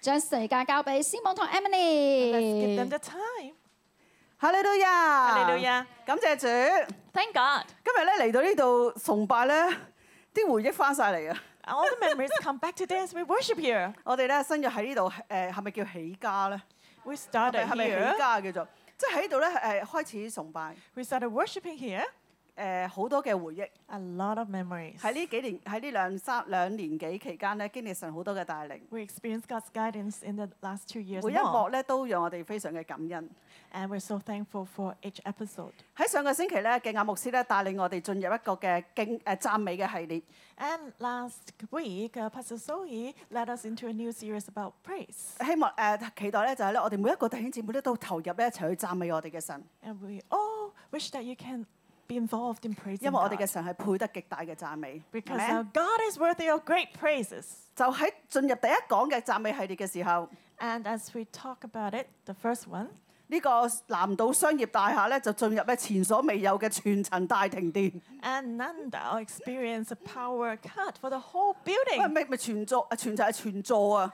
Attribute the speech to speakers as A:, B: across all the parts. A: 將時間交俾師母同
B: Let's give them
A: Emily。
B: the time.
C: 哈利路亞，哈
B: Hallelujah.
C: 感謝主。今
B: Thank God.
C: 日咧嚟到呢度崇拜咧，啲回憶翻晒嚟啊！
B: All the memories come back today as we worship here.
C: 我哋咧新約喺呢度誒係咪叫起家咧？
B: We
C: 係咪
B: started
C: 係咪
B: here.
C: 起家叫做？即係喺呢度咧誒開始崇拜
B: We started worshiping here.
C: 誒好多嘅回憶。
B: A lot of memories.
C: 喺呢幾年喺呢兩三兩年幾期間咧，經歷神好多嘅帶領，
B: We experienced God's guidance in the last two years
C: 每一幕
B: more,
C: 咧都讓我哋非常嘅感恩。
B: and we're so thankful for each episode.
C: 喺上個星期咧，嘅雅牧師咧帶領我哋進入一個嘅敬誒讚美嘅系列。
B: And last week, uh, Pastor Sohi led us into a new series about praise,
C: 希望誒、期待咧就係咧，我哋每一個弟兄姊妹咧都投入咧一齊去讚美我哋嘅神，
B: and we all wish that you can be involved in praising
C: 因為我哋
B: God,
C: 嘅神係配得極大嘅讚美。
B: because
C: 係咪
B: our God is worthy of great praises.
C: 就喺進入第一講嘅讚美系列嘅時候，
B: And as we talk about it, the first one,
C: 呢、個南島商業大廈咧就進入咧前所未有嘅全層大停電，
B: and Nanda experienced a power cut for the whole
C: 喂
B: building,
C: 咪咪全座啊全層係全座啊，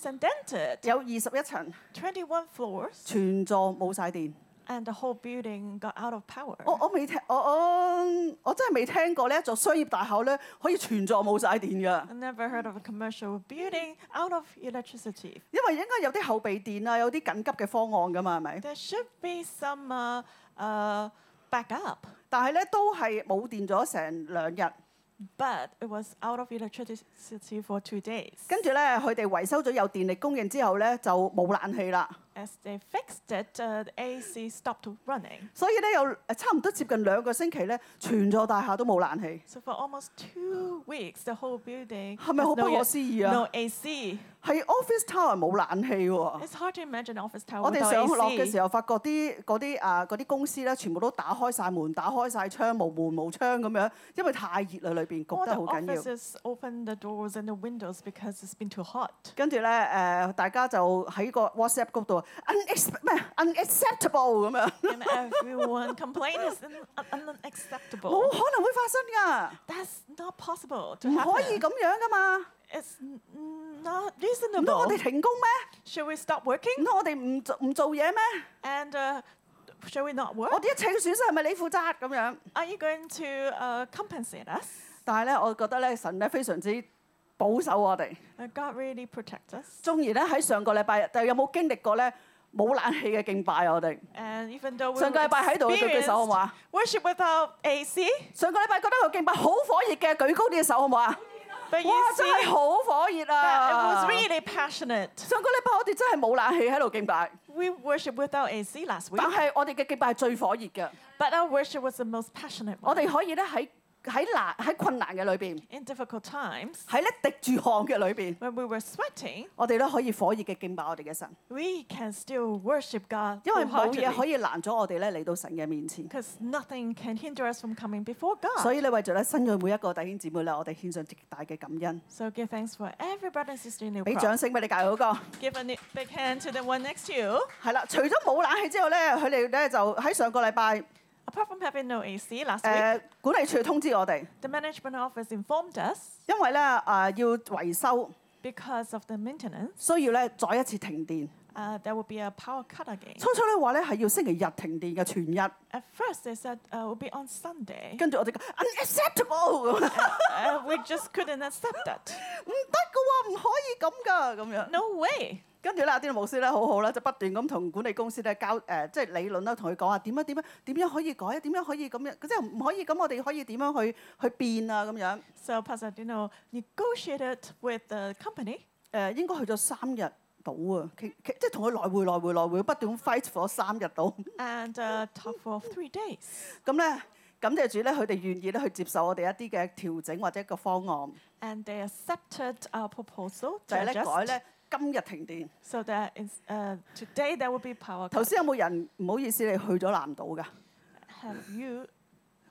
B: unprecedented,
C: 有二十一層，
B: 21 floors,
C: 全座冇晒電。
B: and the whole building got out of power.
C: 我我未聽我我我真係未聽過呢一座商業大廈咧可以全座冇晒電㗎，
B: I never heard of a commercial building out of electricity.
C: 因為應該有啲後備電啊，有啲緊急嘅方案㗎嘛，係咪？
B: There should be some uh, uh, backup,
C: 但係咧都係冇電咗成兩日，
B: but it was out of electricity for two days.
C: 跟住咧佢哋維修咗有電力供應之後咧就冇冷氣啦，
B: As they fixed it, uh, the AC stopped running.
C: 所以咧有誒差唔多接近兩個星期咧，全座大廈都冇冷氣，
B: So for almost two weeks, the whole building
C: 係咪
B: has
C: 好不
B: no,
C: 可
B: yet-
C: 思議啊？
B: no AC.
C: 係 office tower 冇冷氣喎。
B: It's hard to imagine office tower
C: 我哋
B: without
C: 上落嘅
B: AC.
C: 時候，發覺啲嗰啲啊嗰啲公司咧，全部都打開晒門、打開晒窗，無門無窗咁樣，因為太熱啦，裏邊焗
B: All
C: 得
B: the
C: 好緊要。
B: offices open the doors and the windows because it's been too hot.
C: 跟住咧誒，大家就喺個 WhatsApp group 度 unex 咩 unacceptable 咁樣，
B: And everyone complained it's un- un- unacceptable.
C: 冇可能會發
B: That's not possible to
C: 生㗎，唔可
B: happen.
C: 以咁樣噶嘛。
B: It's n- not
C: 唔通我
B: reasonable.
C: 哋停工咩？
B: Should we stop working?
C: 唔通我哋唔做唔做嘢咩？
B: And uh, should we not
C: 我
B: work?
C: 哋一切嘅損失係咪你負責咁樣？
B: Are you going to uh, compensate us?
C: 但係咧，我覺得咧，神咧非常之保守我哋。
B: Uh, God really protect us.
C: 縱然咧喺上個禮拜日，但係有冇經歷過咧冇冷氣嘅敬拜啊我哋？
B: And even though we
C: 上個禮拜喺度嘅舉舉手好唔好
B: experienced
C: 啊？
B: worship without AC,
C: 上個禮拜覺得個敬拜好火熱嘅，舉高啲手好唔好啊？
B: but
C: 哇
B: you，
C: 真
B: see
C: 係好火熱
B: that it
C: 啊
B: was！really passionate.
C: 上個禮拜我哋真係冇冷氣喺度敬拜，
B: We worship without AC last week,
C: 但係我哋嘅敬拜係最火熱嘅。
B: but our worship was the most passionate
C: 我
B: one.
C: 哋可以咧喺喺難喺困難嘅裏邊，
B: In difficult times,
C: 喺咧滴住汗嘅裏邊，
B: when we were sweating,
C: 我哋咧可以火熱嘅敬拜我哋嘅神，
B: we can still worship God
C: 因為冇嘢
B: wholeheartedly
C: 可以攔咗我哋咧嚟到神嘅面前。
B: because nothing can hinder us from coming before God.
C: 所以咧為咗咧新嘅每一個弟兄姊妹咧，我哋獻上極大嘅感恩，
B: So give thanks for every brother and sister in the
C: 俾
B: world.
C: 掌聲俾你隔嗰個。
B: Give a ni- big hand to the one next to you.
C: 係啦，除咗冇冷氣之後咧，佢哋咧就喺上個禮拜，誒、
B: Apart from having no AC last week,
C: 管理處通知我哋，
B: the management office informed us
C: 因為咧啊、要維修，
B: because of the maintenance,
C: 需要咧再一次停電。
B: uh, there will be a power cut again.
C: 初初咧話咧係要星期日停電嘅全日，
B: At first, they said uh, it will be on Sunday.
C: 跟住我哋講 unacceptable 咁樣，
B: Uh, we just couldn't accept that.
C: 唔得嘅喎，唔可以咁噶咁樣。
B: No way.
C: 跟住咧，啲牧師咧好好啦，就不斷咁同管理公司咧交誒、即係理論啦，同佢講話點樣點樣點樣可以改啊，點樣可以咁樣，即係唔可以咁，我哋可以點樣去去變啊咁樣。誒、
B: So Pasadena negotiated with the company,
C: 應該去咗三日到啊，其其即係同佢來回來回來回不斷 fight 咗三日到。
B: and uh, talked for three days.
C: 咁咧，感謝主咧，佢哋願意咧去接受我哋一啲嘅調整或者一個方案，
B: And they accepted our proposal
C: 就係、
B: to
C: 咧改
B: adjust
C: 咧今日停電。
B: so that is, uh, today there will be power
C: 頭
B: cut.
C: 先有冇人唔好意思你去咗南島㗎？
B: Have you just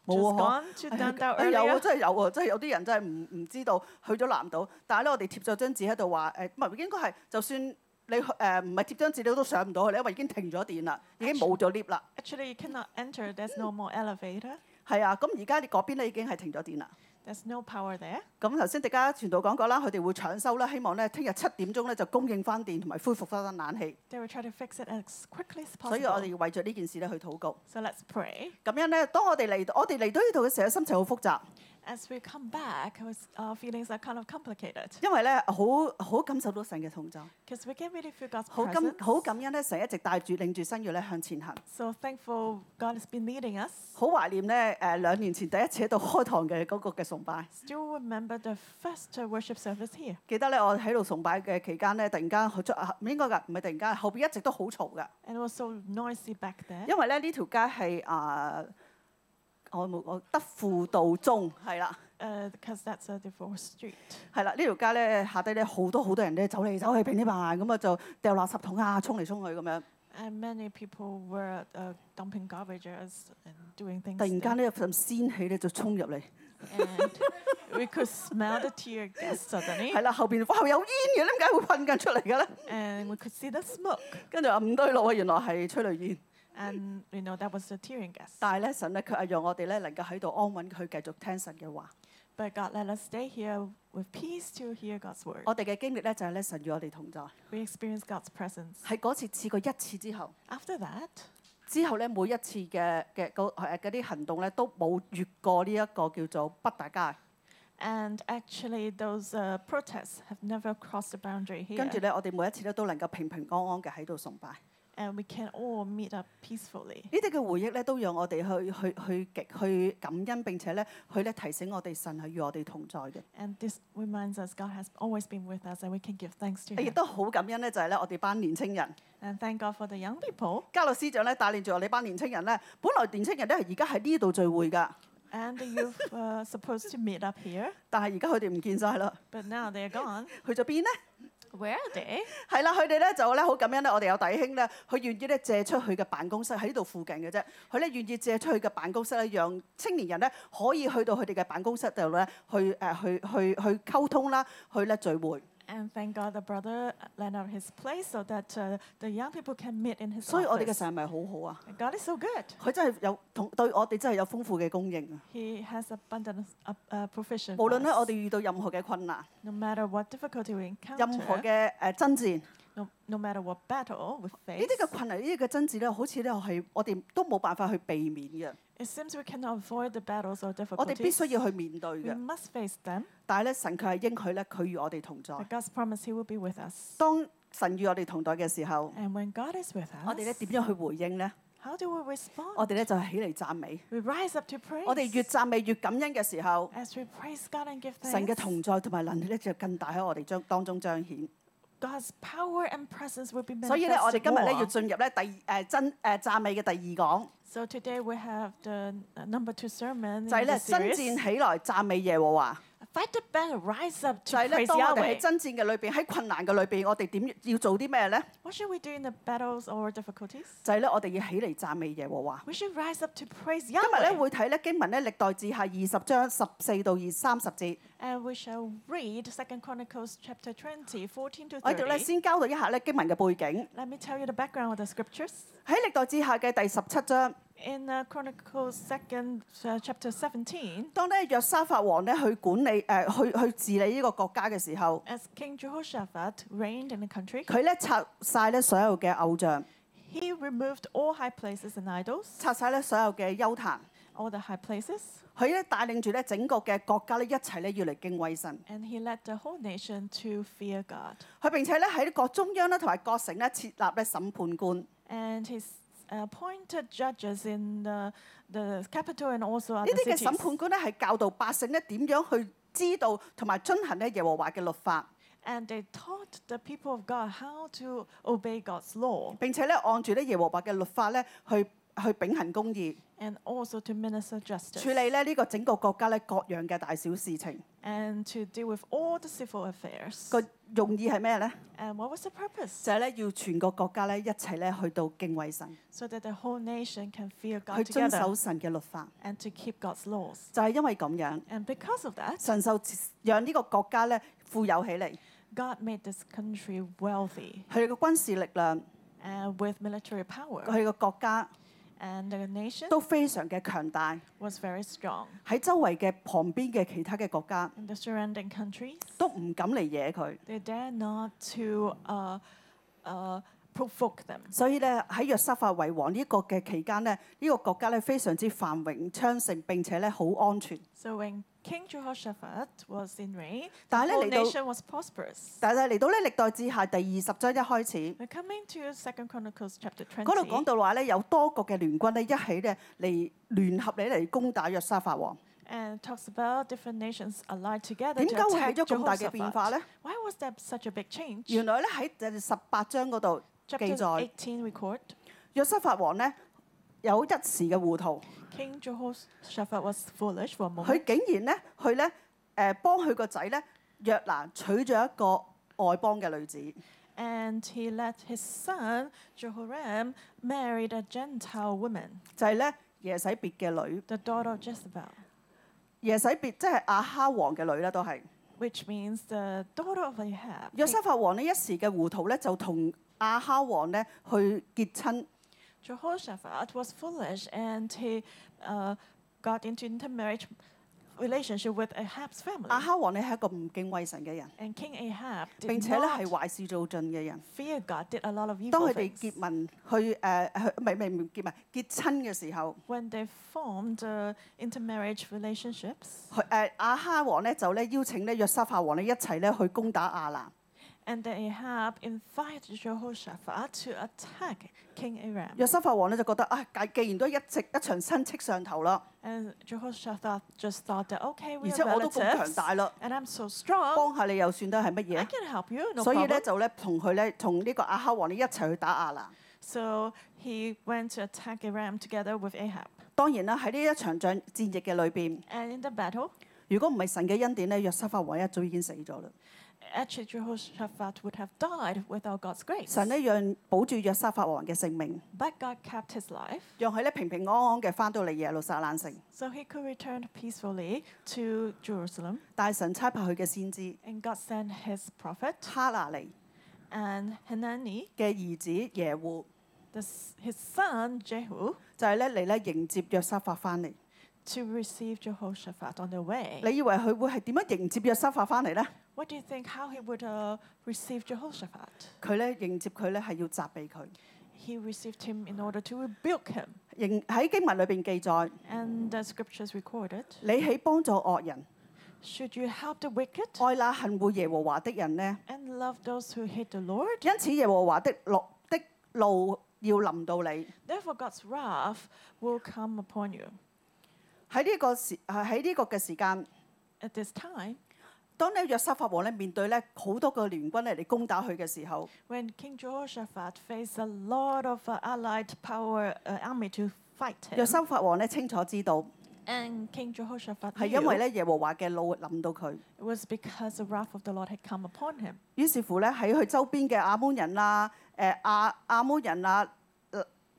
C: 冇啊，
B: gone
C: 嗬。
B: to
C: 啊
B: Dundao
C: 有啊，
B: earlier?
C: 真係有喎，真係有啲人真係唔唔知道去咗南島，但係咧我哋貼咗張紙喺度話誒，唔係應該係就算你去誒唔係貼張紙你都上唔到去咧，因為已經停咗電啦，已經冇咗 lift 啦。
B: Actually, you cannot enter. There's no more elevator.
C: 係啊，咁而家你嗰邊咧已經係停咗電啦。
B: There's no power there.
C: 咁頭先迪加傳道講過啦，佢哋會搶修啦，希望咧聽日七點鐘咧就供應翻電同埋恢復翻冷氣。
B: They will try to fix it as quickly as
C: 所以我哋
B: possible.
C: 要為着呢件事咧去禱告。
B: So let's pray.
C: 咁樣咧，當我哋嚟到我哋嚟到呢度嘅時候，心情好複雜，
B: As we come back, our s- our feelings are kind of complicated
C: 因為咧好好感受到神嘅同在，
B: because we can really feel God's
C: 好感
B: presence.
C: 好感恩咧，神一直帶住領住新月咧向前行。
B: So thankful God has been leading us.
C: 好懷念咧誒兩年前第一次喺度開堂嘅嗰個嘅崇拜，
B: Still remember the first uh, worship service here.
C: 記得咧我喺度崇拜嘅期間咧，突然間好出啊唔應該㗎，唔係突然間，後邊一直都好嘈㗎，
B: And it was so noisy back there
C: 因為咧呢條街係啊我冇我德輔道中係啦。
B: because uh, that's a divorced street.
C: 係啦，呢條街咧下低咧好多好多人咧走嚟走去，平啲埋咁啊就掉垃圾桶啊，衝嚟衝去咁樣。
B: And many people were uh, dumping garbages and doing things.
C: 突然間
B: there.
C: 呢，有陣鮮氣咧就衝入嚟，
B: And we could smell the tear gas suddenly.
C: 係啦，後邊哇有煙嘅，點解會噴緊出嚟嘅咧？
B: And we could see the smoke.
C: 跟住話唔對路啊，原來係催淚煙。
B: And, you know, that was the tear gas.
C: 但係咧神咧佢係讓我哋咧能夠喺度安穩去繼續聽神嘅話。
B: But God let us stay here with peace to hear God's word.
C: 我哋嘅經歷咧就係咧神與我哋同在。
B: We experience God's presence.
C: 喺嗰次試過一次之後，
B: After that,
C: 之後咧每一次嘅嘅嗰誒嗰啲行動咧都冇越過呢一個叫做北大街。
B: and actually those uh, protests have never crossed the boundary here.
C: 跟住咧我哋每一次咧都能夠平平安安嘅喺度崇拜。
B: And we can all meet up peacefully.
C: 呢啲嘅回憶咧，都讓我哋去去去極去感恩，並且咧，佢咧提醒我哋神係與我哋同在嘅。
B: And this reminds us God has always been with us and we can give thanks to
C: 亦
B: Him.
C: 都好感恩咧，就係咧，我哋班年青人，
B: And thank God for the young people
C: 嘉樂司長咧帶領住我哋班年青人咧，本來年青人咧係而家喺呢度聚會㗎，
B: and the youth were supposed to meet up here,
C: 但係而家佢哋唔見晒啦，
B: but now they're gone.
C: 去咗邊咧？
B: Where are they?
C: 係啦，佢哋咧就咧好感恩咧，我哋有弟兄咧，佢願意咧借出佢嘅辦公室喺呢度附近嘅啫，佢咧願意借出佢嘅辦公室咧，讓青年人咧可以去到佢哋嘅辦公室度咧去誒、呃去去去溝通啦，去咧聚會。
B: And thank God the brother lent out his place so that uh, the young people can meet in his
C: 所以我哋嘅
B: office.
C: 神係咪好好啊？
B: And God is so good.
C: 佢真係有同對我哋真係有豐富嘅供應啊！
B: He has abundant uh, uh, provision.
C: 無
B: for
C: 論咧
B: us.
C: 我哋遇到任何嘅困難、
B: no matter what difficulty we
C: 任何
B: encounter,
C: 嘅誒爭戰，呢
B: no, no matter what battle we
C: 啲嘅
B: face,
C: 困難、呢啲嘅爭戰咧，好似咧係我哋都冇辦法去避免嘅，
B: it seems we cannot avoid the battles or
C: 我哋必須
B: difficulties.
C: 要去面對
B: We
C: 嘅。
B: must face them.
C: 但係咧，神佢係應許咧，佢與我哋同在。
B: But God's promise He will be with us.
C: 當神與我哋同在嘅時候，
B: And when God is with
C: 我哋咧
B: us,
C: 點樣去回應咧？
B: how do we respond?
C: 我哋咧就係起嚟讚美。
B: We rise up to praise.
C: 我哋越讚美越感恩嘅時候，
B: As we praise God and give
C: 神嘅
B: thanks,
C: 同在同埋能力咧就更大喺我哋將當中彰顯。
B: God's power and presence will be
C: 所以咧，我哋
B: manifested
C: 今日咧要
B: more.
C: 進入咧第誒真誒讚美嘅第二講。
B: So today we have the uh, number two sermon
C: 就係
B: in
C: 咧
B: the
C: 爭
B: series.
C: 戰起來讚美耶和華，
B: Fight the battle, rise up
C: 就係
B: to
C: 咧
B: praise
C: 當我哋喺
B: Yahweh.
C: 爭戰嘅裏邊，喺困難嘅裏邊，我哋點要做啲咩咧？
B: What should we do in the battles or difficulties?
C: 就係咧我哋要起嚟讚美耶和華。
B: We should rise up to praise
C: 今日咧
B: Yahweh.
C: 會睇咧經文咧歷代志下二十章十四到二三十節，
B: And we shall read 2 Chronicles chapter 20, 14 to
C: 我喺度咧
B: 30.
C: 先交代一下咧經文嘅背景。
B: Let me tell you the background of the scriptures.
C: 喺歷代志下嘅第十七章，
B: In uh, Chronicles 2nd, uh, chapter 17,
C: 當咧約沙法王咧去管理誒、呃去去治理呢個國家嘅時候，
B: as King Jehoshaphat reigned in the country,
C: 佢咧拆晒咧所有嘅偶像，
B: he removed all high places and idols,
C: 拆晒咧所有嘅丘壇，
B: all the high places,
C: 佢咧帶領住咧整個嘅國家咧一齊咧要嚟敬畏神。
B: and he led the whole nation to fear God.
C: 佢並且咧喺各中央咧同埋各城咧設立咧審判官。呢
B: And he s- appointed judges in the, the capital and also other
C: 啲嘅
B: cities.
C: 審判官咧係教導百姓咧點樣去知道同埋遵行咧耶和華嘅律法，
B: And they taught the people of God how to obey God's law
C: 並且咧按住咧耶和華嘅律法咧去去秉行公義，
B: and also to minister
C: 處
B: justice
C: 理咧呢個整個國家咧各樣嘅大小事情。
B: and to deal with all the civil affairs.
C: 個用意係咩咧？
B: And what was the purpose?
C: 就係咧要全個國家咧一齊咧去到敬畏神，
B: So that the whole nation can fear God
C: 去遵
B: together
C: 守神嘅律法。
B: and to keep God's laws.
C: 就係因為咁樣，
B: And because of that,
C: 神就讓呢個國家咧富有起嚟，
B: God made this country wealthy
C: 佢哋嘅軍事力量，
B: and with military power
C: 佢哋嘅國家。
B: and the nation
C: 都非常嘅強大。
B: was very strong.
C: 喺周圍嘅旁邊嘅其他嘅國家
B: And the surrounding countries,
C: 都唔敢嚟惹佢，
B: they dare not to uh, uh, provoke them.
C: 所以咧喺約沙法為王呢個嘅期間咧，呢、個國家咧非常之繁榮昌盛，並且咧好安全。
B: So when King Jehoshaphat was in reign, the
C: 但係咧，
B: whole
C: 嚟到-
B: nation was prosperous.
C: 但係嚟到咧歷代志下第二十章一開始，
B: We're coming to Second Chronicles chapter
C: 嗰度講
B: 20,
C: 到話咧有多國嘅聯軍咧一起咧嚟聯合你嚟攻打約沙法王。
B: and it talks about different nations allied together
C: 點
B: to
C: 解會起
B: attack
C: 咗咁大嘅變化
B: Jehoshaphat.
C: 咧？
B: Why was there such a big change?
C: 原來咧喺第十八章嗰度
B: Chapter
C: 記載。
B: 18 record
C: 約沙法王咧有一時嘅糊塗，
B: King Jehoshaphat was foolish for a moment.
C: 佢竟然咧去咧誒幫佢個仔咧約拿娶咗一個外邦嘅女子，
B: And he let his son Jehoram married a Gentile woman,
C: 就係咧耶洗別嘅女，
B: the daughter of Jezebel,
C: 耶洗別即係亞哈王嘅女啦，都係。
B: which means the daughter of Ahab.
C: 約沙法王呢一時嘅糊塗咧，就同亞哈王咧去結親，
B: Jehoshaphat was foolish and he uh, got into intermarriage relationship with Ahab's family.
C: 亞哈王咧係一個唔敬畏神嘅人，
B: And King Ahab
C: 並
B: did
C: 且咧係
B: not
C: 壞事做盡嘅人。
B: fear God, did a lot of
C: 當
B: evil
C: 佢哋
B: things.
C: 結盟去誒、呃去唔係唔係唔結盟結親嘅時候，
B: When they formed uh, intermarriage relationships,
C: 佢誒亞哈王咧就咧邀請咧約沙法王咧一齊咧去攻打亞蘭。
B: and then Ahab invited Jehoshaphat to attack King Aram.
C: 約沙法王咧就覺得啊，既既然都一直一場新戚上頭啦，
B: And Jehoshaphat just thought that okay,
C: 而
B: we
C: 且
B: are
C: 我都咁強
B: relatives,
C: 大啦，
B: and I'm so strong,
C: 幫下你又算得係乜
B: I
C: 嘢？
B: can help you, no
C: 所以
B: problem.
C: 咧就咧同佢咧同呢個亞哈王咧一齊去打亞蘭。
B: So he went to attack Aram together with Ahab.
C: 當然啦，喺呢一場仗戰役嘅裏邊，
B: And in the battle,
C: 如果唔係神嘅恩典咧，約沙法王一早已經死咗啦。
B: actually Jehoshaphat would have died without God's grace,
C: 神咧讓保住約沙法王嘅性命，
B: but God kept his life,
C: 讓佢咧平平安安嘅翻到嚟耶路撒冷城。
B: so he could return peacefully to Jerusalem.
C: 但係神差派佢嘅先知
B: And God sent his prophet
C: 哈拿尼
B: and Hanani,
C: 嘅兒子耶戶，
B: the, s- his son Jehu,
C: 就係咧嚟咧迎接約沙法翻嚟。
B: to receive Jehoshaphat on the way.
C: 你以為佢會係點樣迎接約沙法翻嚟咧？
B: What do you think how he would uh, receive Jehoshaphat?
C: 佢咧迎接佢咧係要責備佢。
B: He received him in order to rebuke him.
C: 仍喺經文裏邊記載，
B: And the scriptures recorded
C: 你起幫助惡人，
B: Should you help the wicked
C: 愛那恨惡耶和華的人呢？
B: and love those who hate the Lord?
C: 因此耶和華的路的路要臨到你。
B: Therefore, God's wrath will come upon you.
C: 喺呢個時啊喺呢個嘅時間，
B: At this time,
C: 當呢約沙法王咧面對咧好多個聯軍咧嚟攻打佢嘅時候，
B: when King Jehoshaphat faced a lot of uh, allied power uh, army to fight
C: 約
B: him,
C: 沙法王咧清楚知道
B: and King Jehoshaphat knew
C: 係因為咧耶和華嘅路臨到佢。
B: it was because the wrath of the Lord had come upon him.
C: 於是乎咧喺佢周邊嘅亞捫人啊啦、誒亞亞捫人啦、呃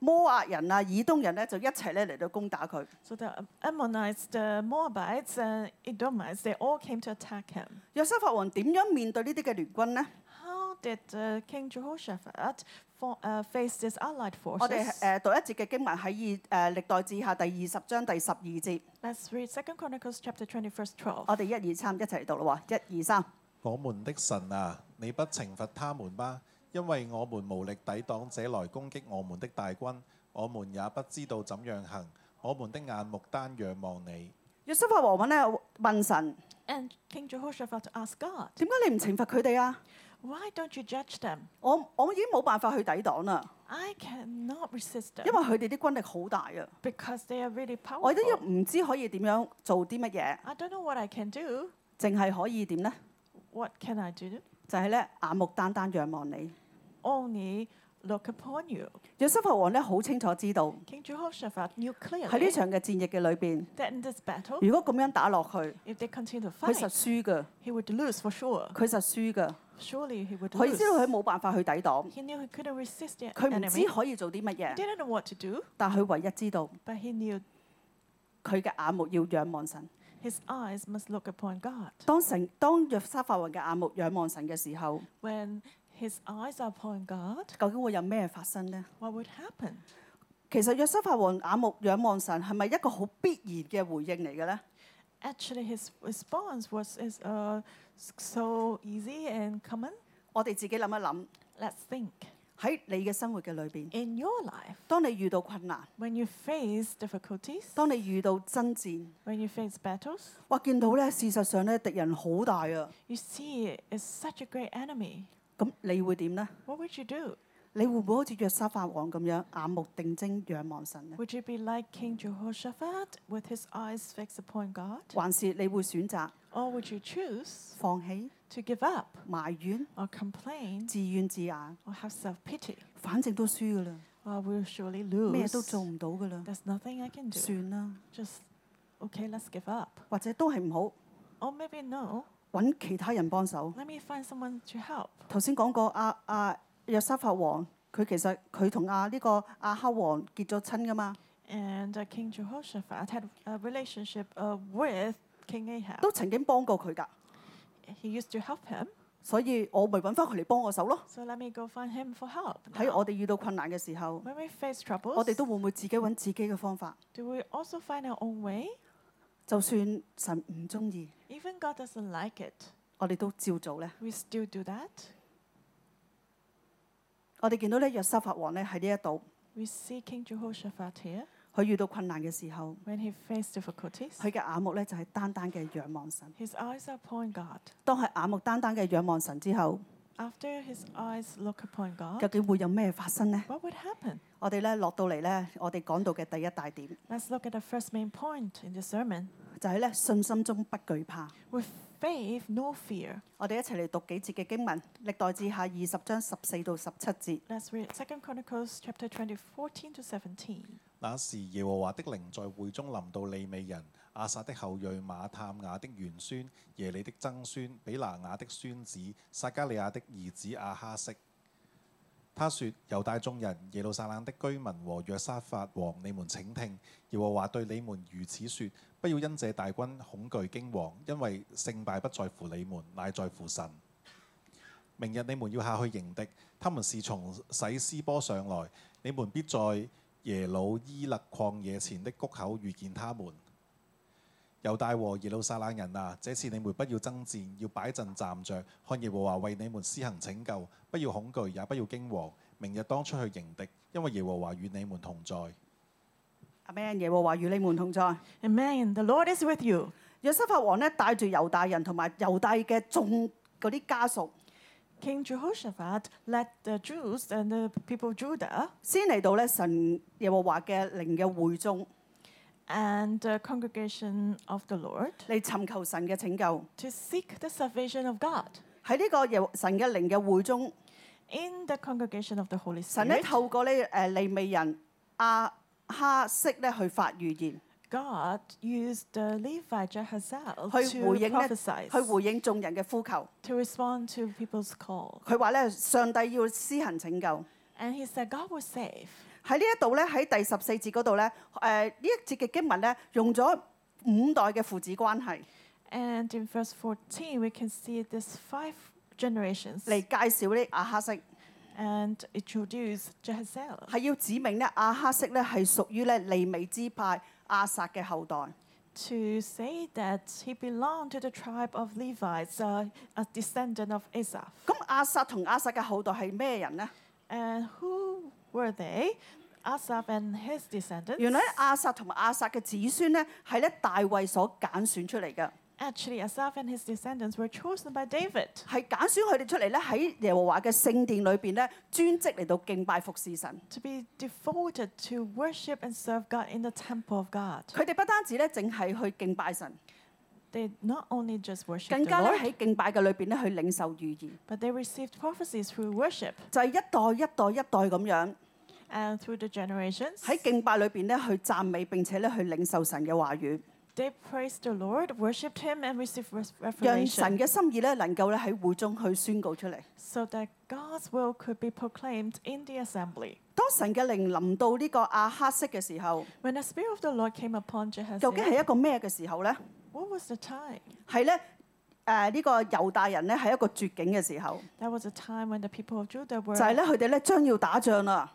C: 摩押人啦、以東人咧就一齊咧嚟到攻打佢。
B: So the um, Ammonites, the Moabites, and Edomites, they all came to attack him.
C: 約沙法王點樣面對呢啲嘅聯軍呢？
B: How did uh, King Jehoshaphat for, uh, face these allied
C: 我哋
B: forces?
C: 呃誒讀一節嘅經文喺二誒呃歷代志下第二十章第十二節，
B: Let's read 2 Chronicles chapter 20, verse 12.
C: 我哋一二三一齊嚟讀啦喎，一二三。
D: 我們的神啊，你不懲罰他們吧，因為我們無力抵擋這來攻擊我們的大軍，我們也不知道怎樣行，我們的眼目單仰望你。
C: 約沙法王問咧問神：
B: And King Jehoshaphat asked God,
C: 點解你唔懲罰佢哋啊？
B: Why don't you judge them?
C: 我我已經冇辦法去抵擋啦，
B: I cannot resist
C: 因為
B: them
C: 佢哋啲軍力好大啊！
B: because they are really
C: 我
B: powerful.
C: 都要唔知可以點樣做啲乜嘢，
B: I don't know what I can do.
C: 淨係可以點呢？
B: What can I do?
C: 就係咧眼目單單仰望你。
B: Only look upon you.
C: 約沙法王咧好清楚知道
B: King Jehoshaphat knew
C: 喺呢
B: clearly
C: 場嘅戰役嘅裏邊，
B: that in this battle,
C: 如果咁樣打落去，
B: if they continue to
C: 佢實
B: fight,
C: 輸㗎，
B: he would lose for sure.
C: 佢實輸㗎。
B: Surely he would
C: 佢
B: lose.
C: 知道佢冇辦法去抵擋。
B: He knew he couldn't resist the
C: 佢唔
B: enemy.
C: 知可以做啲
B: He
C: 乜嘢，
B: didn't know what to do,
C: 但佢唯一知道
B: but he knew
C: 佢嘅眼目要仰望神。
B: his eyes must look upon God.
C: 當神當約沙法王嘅眼目仰望神嘅時候，
B: When his eyes are upon God,
C: 究竟會有咩發生呢？
B: what would happen?
C: 其實約沙法王眼目仰望神係咪一個好必然嘅回應嚟嘅咧？
B: Actually, his response was is uh, s- so easy and common.
C: 我哋自己諗一諗，
B: Let's think.
C: 喺你嘅生活嘅裏邊，
B: In your life,
C: 當你遇到困難，
B: when you face difficulties,
C: 當你遇到爭戰，
B: when you face battles,
C: 哇！見到咧，事實上咧，敵人好大啊！
B: you see it's such a great enemy.
C: 咁你會點呢？
B: What would you do?
C: 你會唔會好似約沙法王咁樣眼目定睛仰望神呢？
B: Would you be like King Jehoshaphat with his eyes fixed upon God?
C: 還是你會選擇
B: Or would you choose
C: 放棄、
B: to give up
C: 埋怨、
B: or complain
C: 自怨自艾？
B: or have self pity?
C: 反正都輸噶啦，
B: I will surely
C: 咩
B: lose.
C: 都做唔到噶啦，
B: There's nothing I can do.
C: 算啦，
B: Just, okay, let's give up.
C: 或者都係唔好，
B: Or maybe no,
C: 揾其他人幫手。
B: let me find someone to help.
C: 頭先講過阿阿約沙法王，佢其實佢同阿呢個阿哈王結咗親噶嘛，
B: And uh, King Jehoshaphat had a relationship uh, with King Ahab.
C: 都曾經幫過佢㗎，
B: He used to help him.
C: 所以我咪揾翻佢嚟幫我手咯。
B: So let me go find him for help.
C: 喺
B: now.
C: 我哋遇到困難嘅時候，
B: When we face troubles,
C: 我哋都會唔會自己揾自己嘅方法？
B: do we also find our own way?
C: 就算神唔中意，
B: Even God doesn't like it.
C: 我哋都照做咧。
B: We still do that.
C: 我哋見到咧約沙法王咧喺呢一度，
B: We see King Jehoshaphat here.
C: 佢遇到困難嘅時候，
B: When he faced difficulties,
C: 佢嘅眼目咧就係、單單嘅仰望神。
B: his eyes are upon God.
C: 當佢眼目單單嘅仰望神之後，
B: After his eyes look upon
C: 究
B: God,
C: 竟會有咩發生呢？
B: what would happen?
C: 我哋咧落到嚟咧，我哋講到嘅第一大點
B: Let's look at the first main point in the sermon.
C: 就係咧信心中不懼怕。
B: With faith, no fear.
C: 我哋一齊嚟讀幾節嘅經文，歷代志下二十章十四到十七節。
B: Let's read 2 Chronicles chapter 20, 14 to 17.
D: 那時耶和華的靈在會中臨到利未人、亞撒的後裔馬探雅的玄孫、耶利的曾孫、比拿雅的孫子、撒加利亞的兒子亞哈色。他說：猶大眾人、耶路撒冷的居民和約沙法王，你們請聽，耶和華對你們如此說：不要因這大軍恐懼驚惶，因為勝敗不在乎你們，乃在乎神。明日你們要下去迎敵，他們是從洗斯波上來，你們必在耶魯伊勒曠野前的谷口遇見他們。猶大和耶路撒冷人啊，這次你們不要爭戰，要擺陣站着，看耶和華為你們施行拯救，不要恐懼，也不要驚惶。明日當出去迎敵，因為耶和華與你們同在。
C: 阿 Man 耶和華與你們同在。
B: Amen. The Lord is with you.
C: 約沙法王咧帶住猶大人同埋猶大嘅眾嗰啲家屬，
B: King Jehoshaphat led the Jews and the people of Judah
C: 先嚟到咧神耶和華嘅靈嘅會中
B: and the congregation of the Lord
C: 嚟尋求神嘅拯救。
B: to seek the salvation of God.
C: 喺呢個耶和神嘅靈嘅會中，
B: In the congregation of the Holy
C: 神咧
B: Spirit,
C: 透過呢誒利未人阿哈色咧去發預言，
B: God used the Levite Jehazel
C: 去回
B: to
C: 應咧
B: prophesy,
C: 去回應眾人嘅呼求。
B: to respond to people's call.
C: 佢話咧上帝要施行拯救。
B: And he said, God will save.
C: 喺呢一度咧，喺第十四節嗰度咧，誒、呢一節嘅經文咧，用咗五代嘅父子關係
B: And in verse 14, we can see this five generations
C: 嚟介紹呢亞哈色，
B: and introduce Jehazel.
C: 係要指明咧亞哈色咧係屬於咧利未支派亞撒嘅後代。
B: to say that he belonged to the tribe of Levites, uh, a descendant of Asaph.
C: 咁亞撒同亞撒嘅後代係咩人呢？
B: And who were they? Asaph and his descendants.
C: 原來亞撒同埋亞撒嘅子孫咧係咧大衛所揀選出嚟嘅，
B: Actually, Asaph and his descendants were chosen by David
C: 係揀選佢哋出嚟咧喺耶和華嘅聖殿裏邊咧專職嚟到敬拜服侍神。
B: to be devoted to worship and serve God in the temple of God.
C: 佢哋不單止咧淨係去敬拜神，
B: They not only just worshiped
C: 更
B: the
C: 加咧
B: Lord,
C: 喺敬拜嘅裏邊咧去領受預言。
B: but they received prophecies through worship
C: 就係一代一代一代咁樣
B: and through the generations.
C: 喺敬拜裏邊咧去讚美並且咧去領受神嘅話語，
B: They praised the Lord, worshipped him, and received res-
C: 讓
B: revelation.
C: 神嘅心意咧能夠咧喺會中去宣告出嚟。
B: so that God's will could be proclaimed in the assembly.
C: 當神嘅靈臨到呢個亞哈色嘅時候，
B: When the Spirit of the Lord came upon
C: 究竟
B: Jehaziel,
C: 係一個咩嘅時候咧？
B: what was the time?
C: 係咧誒呢個猶大人咧係一個絕境嘅時候，
B: That was a time when the people of Judah
C: 就
B: were
C: 係咧佢哋咧將要打仗啦，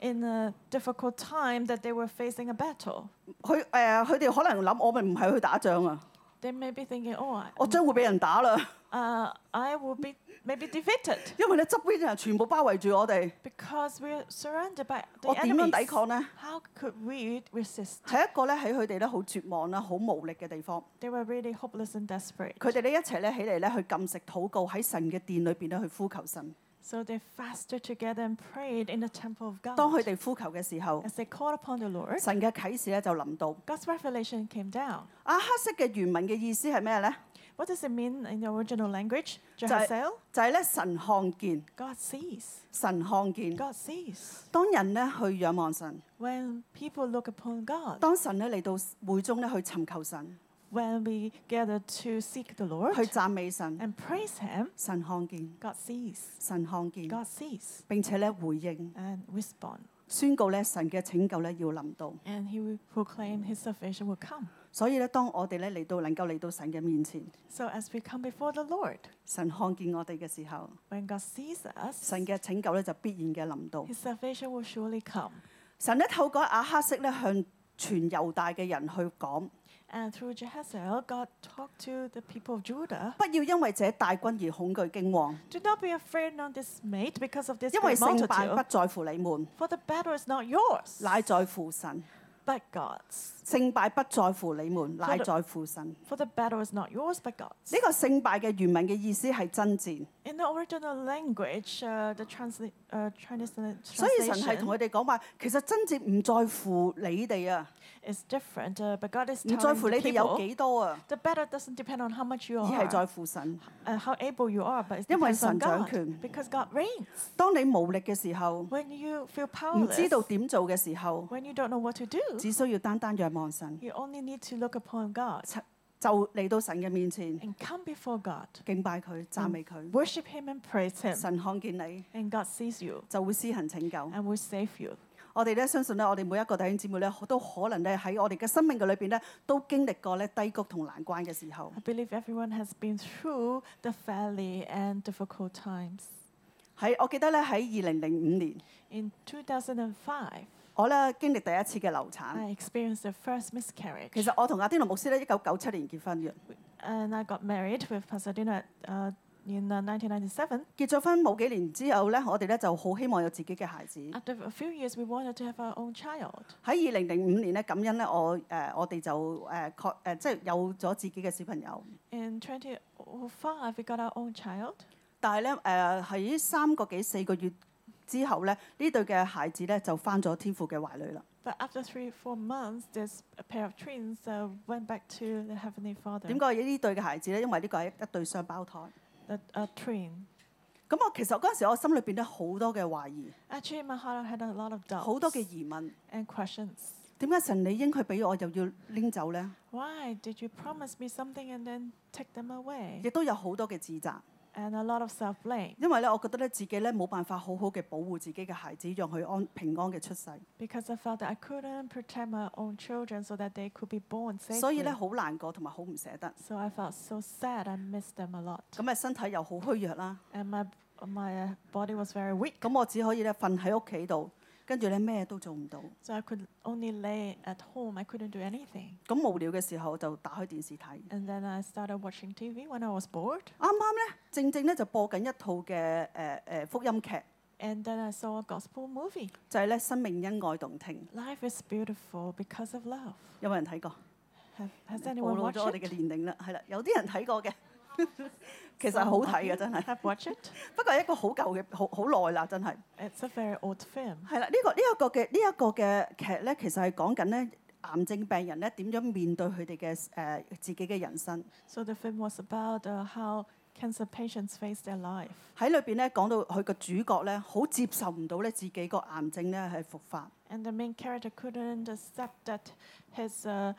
B: in a difficult time that they were facing a battle.
C: 佢誒佢哋可能諗我咪唔係去打仗啊，
B: They may be thinking, oh,
C: 我將會俾人打啦，
B: uh, I will be maybe defeated
C: 因為咧側邊嘅人全部包圍住我哋，
B: because we're surrounded by
C: 我
B: the
C: 點樣抵
B: enemies.
C: 抗呢？
B: How could we resist?
C: 係一個咧喺佢哋咧好絕望啦、好無力嘅地方。
B: They were really hopeless and desperate.
C: 佢哋咧一齊咧起嚟咧去禁食禱告，喺神嘅殿裏邊咧去呼求神。
B: So they fasted together and prayed in the temple of
C: 當佢
B: God.
C: 哋呼求嘅時候，
B: As they called upon the Lord,
C: 神嘅啟示咧就臨到。啊
B: God's revelation came down.
C: 阿黑色嘅原文嘅意思係咩咧？
B: What does it mean in the original language?
C: Dạ.
B: Jehazel?
C: 就係咧神看見，
B: God sees.
C: 神看見。
B: God sees.
C: 當人咧去仰望神，
B: When people look upon God,
C: 當神咧嚟到會中咧去尋求神，
B: when we gather to seek the
C: 去
B: Lord
C: 讚美神，
B: and praise Him,
C: 神看見，
B: God sees.
C: 神看見，
B: God sees
C: 並且咧回應，
B: and respond.
C: 宣告咧神嘅拯救咧要臨到。
B: And He will proclaim His salvation will come.
C: 所以咧，當我哋咧嚟到能夠嚟到神嘅面前，
B: So as we come before the Lord,
C: 神看見我哋嘅時候，
B: when God sees us,
C: 神嘅拯救咧就必然嘅臨到。
B: His salvation will surely come.
C: 神咧透過亞哈色咧向全猶大嘅人去講：
B: And through Jehazel, God talked to the people of Judah.
C: 不要因為這大軍而恐懼驚惶，
B: Do not be afraid nor dismayed because of this
C: 因為
B: great
C: 勝敗
B: multitude.
C: 不在乎你們，
B: For the battle is not yours,
C: 乃在乎神；
B: but God's.
C: 勝敗不在乎你們，乃在乎神。呢、
B: For the battle is not yours, but God's.
C: 個勝敗嘅原文嘅意思係爭戰，
B: In the original language, uh, the transla- uh, Chinese tran-
C: 所以神係同佢
B: translation
C: 哋講話，其實爭戰唔在乎你哋啊，
B: is different, uh, but God is
C: 唔在
B: telling
C: 乎你
B: the
C: 哋有
B: people
C: 幾多啊，
B: the battle doesn't depend on how much you
C: 而係在
B: are,
C: 乎神。
B: uh, how able you are, but it
C: 因為
B: depends on
C: 神掌
B: God
C: 權。
B: because God reigns.
C: 當你無力嘅時候，
B: When you feel
C: 唔知道
B: powerless,
C: 點做嘅時候，
B: when you don't know what to do,
C: 只需要單單仰望神，
B: you only need to look upon God
C: 就嚟到神嘅面前。
B: and come before God.
C: 敬拜佢、讚美佢。
B: Worship Him and praise Him,
C: 神看見你，
B: and God sees you
C: 就會施行拯救。
B: and will save you.
C: 我哋咧相信咧，我哋每一個弟兄姊妹咧，都可能咧喺我哋嘅生命嘅裏邊咧，都經歷過咧低谷同難關嘅時候
B: I。believe everyone has been through the valley and difficult times.
C: 喺我記得咧，喺二零零五年，
B: In 2005,
C: 我咧經歷第一次嘅流
B: I
C: 產。
B: experienced the first miscarriage,
C: 其實我同阿天奴牧師咧，一九九七年結婚嘅，
B: and I got married with Pasadena uh, in uh, 1997.
C: 結咗婚冇幾年之後咧，我哋咧就好希望有自己嘅孩子。
B: After a few years, we wanted to have our own child.
C: 喺二零零五年咧，感恩咧，我誒、呃我哋就誒確誒，即係有咗自己嘅小朋友。
B: In 2005, we got our own child,
C: 但係咧誒喺三個幾四個月之後咧，呢對嘅孩子咧就翻咗天父嘅懷裏啦。
B: but after three, four months, this pair of twins uh, went back to the Heavenly Father.
C: 點解呢對嘅孩子咧？因為呢個係一對雙胞胎。
B: A, a uh, twin.
C: 咁我其實嗰陣時我心裏邊咧好多嘅懷疑，
B: Actually, in my heart, I had a lot of
C: 好多嘅
B: doubts
C: 疑問。
B: and questions.
C: 點解神你應佢俾我，又要拎走咧？
B: Why did you promise me something and then take them away?
C: 亦都有好多嘅自責，
B: And a lot of self blame
C: 因為咧我覺得咧自己咧冇辦法好好嘅保護自己嘅孩子，讓佢安平安嘅出世，
B: because I felt that I couldn't protect my own children so that they could be born safely.
C: 所以咧好難過同埋好唔捨得。
B: So I felt so sad. I missed them a lot.
C: 咁啊身體又好虛弱啦，
B: And my my uh, body was very weak,
C: 咁我只可以咧瞓喺屋企度，跟住咧咩都做唔到。
B: so I could only lay at home. I couldn't do anything.
C: 咁無聊嘅時候就打開電視睇，啱
B: And then I started watching TV when I was bored.
C: 啱咧正正咧就播緊一套嘅誒誒福音劇，
B: And then I saw a gospel movie.
C: 就係咧《生命恩愛動聽》，
B: Life is beautiful because of love.
C: 有冇人睇過？
B: Have, has
C: 暴
B: anyone
C: 露
B: watched
C: 咗我哋嘅
B: it?
C: 年齡啦，係啦，有啲人 睇過嘅，其實係好睇嘅真係，
B: Have watched it?
C: 不過係一個好舊嘅，好好耐啦真係。
B: It's a very old film.
C: 係啦，呢、個呢一、個嘅呢一個嘅劇咧，其實係講緊咧癌症病人咧點樣面對佢哋嘅誒自己嘅人生。
B: So the film was about uh, how cancer patients face their life,
C: 喺裏邊咧講到佢個主角咧好接受唔到咧自己個癌症咧係復發。
B: and the main character couldn't accept that his uh,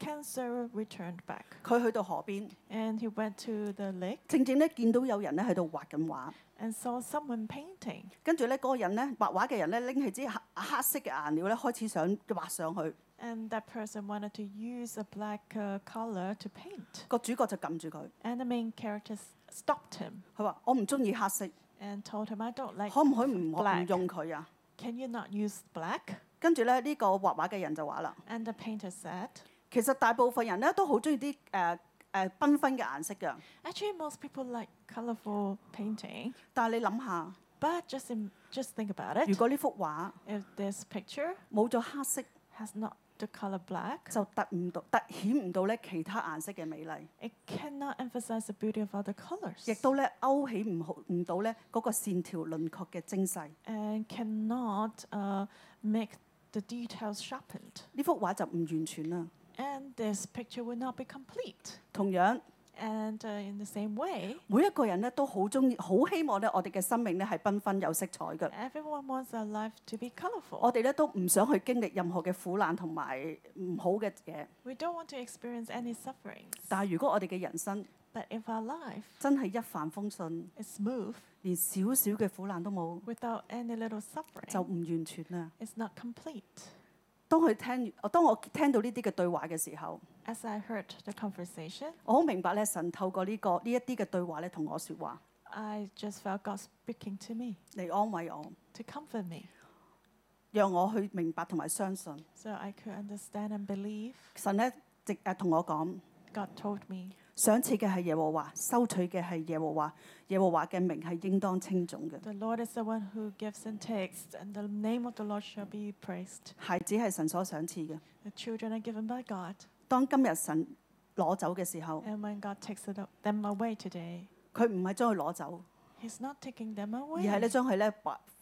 B: cancer returned back,
C: 佢去到河邊，
B: and he went to the lake
C: 正正咧見到有人咧喺度畫緊畫，
B: and saw someone painting,
C: 跟住咧嗰個人咧畫畫嘅人咧拎起支黑黑色嘅顏料咧開始想畫上去，
B: and that person wanted to use a black uh, color to paint,
C: 個主角就撳住佢，
B: and the main character s- stopped him
C: 佢話：我唔中意黑色，
B: and told him, "I don't like
C: 可唔可以唔
B: black.
C: 唔用佢啊？
B: Can you not use black?
C: 跟住咧，呢、個畫畫嘅人就話啦，
B: And the painter said,
C: 其實大部分人咧都好中意啲誒誒繽紛嘅顏色㗎。
B: Actually, most people like colorful painting,
C: 但係你諗下，
B: but just im- just think about it.
C: 如果呢幅畫
B: If this picture
C: 冇咗黑色，
B: has not the color black,
C: 就突唔到突顯唔到咧其他顏色嘅美麗，
B: it cannot emphasize the beauty of other colors,
C: 亦都咧勾起唔好唔到咧嗰個線條輪廓嘅精細。
B: and cannot uh, make the details sharpened.
C: 呢幅畫就唔完全啦。
B: And this picture will not be complete.
C: 同樣，
B: And uh, in the same way,
C: 每一個人咧都好中意，好希望咧我哋嘅生命咧係繽紛有色彩嘅。
B: everyone wants their life to be colorful.
C: 我哋咧都唔想去經歷任何嘅苦難同埋唔好嘅嘢。
B: We don't want to experience any sufferings.
C: 但係如果我哋嘅人生
B: But if our life
C: 真係一帆風順，
B: is smooth
C: 連少少嘅苦難都冇，
B: without any little
C: 就
B: suffering,
C: 唔完全啦。
B: it's not complete.
C: 當佢聽，哦當我聽到呢啲嘅對話嘅時候，
B: As I heard the conversation,
C: 我好明白咧，神透過呢、個呢一啲嘅對話咧，同我説話
B: I just felt God speaking to me
C: 嚟安慰我，
B: to comfort me
C: 讓我去明白同埋相信
B: so I could understand and believe.
C: 神咧，直誒同我講，
B: God told me
C: 賞賜嘅係耶和華，收取嘅係耶和華，耶和華嘅名係應當稱頌嘅。
B: The Lord is the one who gives and takes, and the name of the Lord shall be praised.
C: 孩子係神所賞賜嘅。
B: The children are given by God,
C: 當今日神攞走嘅時候，
B: and when God takes it up, them away today,
C: 佢唔係將佢攞走，
B: He's not taking them
C: 而係咧
B: away,
C: 將佢咧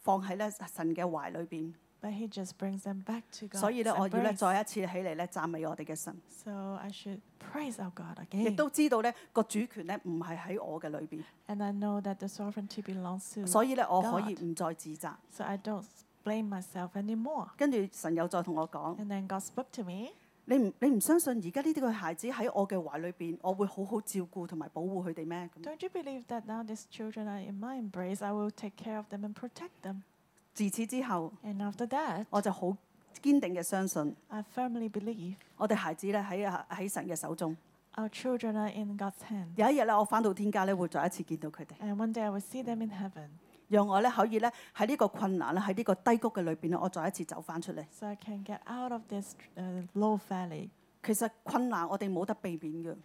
C: 放喺咧神嘅懷裏邊。
B: but He just brings them back to God.
C: 所以咧，我要咧
B: embrace.
C: 再一次起嚟咧讚美我哋嘅神，
B: So I should praise our God
C: 亦
B: again.
C: 都知道咧個主權咧唔係喺我嘅裏邊，
B: And I know that the sovereignty belongs to
C: 所以咧我可以
B: 嗯 God
C: 唔再自責。
B: So I don't blame myself anymore.
C: 跟住神又再同我講：
B: And then God spoke to me
C: 你唔你唔相信而家呢啲嘅孩子喺我嘅懷裏邊，我會好好照顧同埋保護佢哋咩？咁
B: Don't you believe that now these children are in my embrace? I will take care of them and protect them.
C: 自此之後，
B: And after that,
C: 我就好堅定嘅相信，
B: I firmly believe
C: 我哋孩子咧喺啊喺神嘅手中。
B: our children are in God's hand.
C: 有一日咧，我翻到天家咧，會再一次見到佢哋，
B: And one day I will see them in heaven.
C: 讓我咧可以咧喺呢個困難咧喺呢個低谷嘅裏邊咧，我再一次走翻出嚟。
B: So I can get out of this uh, low valley.
C: 其實困難我哋冇得避免嘅。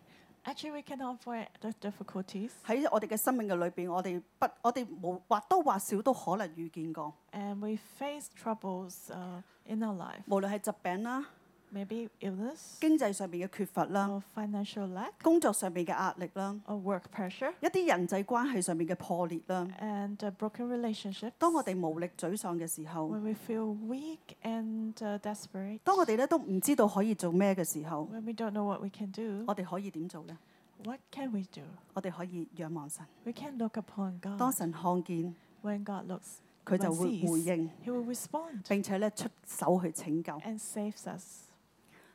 B: Actually, we cannot avoid the difficulties.
C: 喺我哋嘅生命嘅裏邊，我哋不，我哋冇或多或少都可能遇見過，
B: And we face troubles uh, in our life.
C: 無論係疾病啦、
B: Maybe illness,
C: 經濟上面嘅缺乏啦、
B: or financial lack,
C: 工作上面嘅壓力啦、
B: or work pressure,
C: 一啲人際關係上面嘅破裂啦。
B: and uh, broken relationships.
C: 當我哋無力沮喪嘅時候，
B: When we feel weak and uh, desperate,
C: 當我哋咧都唔知道可以做咩嘅時候，
B: when we don't know what we can do,
C: 我哋可以點做呢？
B: what can we do?
C: 我哋可以仰望神。
B: We can look upon God.
C: 當神看見，
B: when God looks,
C: 佢就
B: when
C: 會
B: sees,
C: 回應，
B: He will respond
C: 並且咧出手去拯救。
B: and saves us.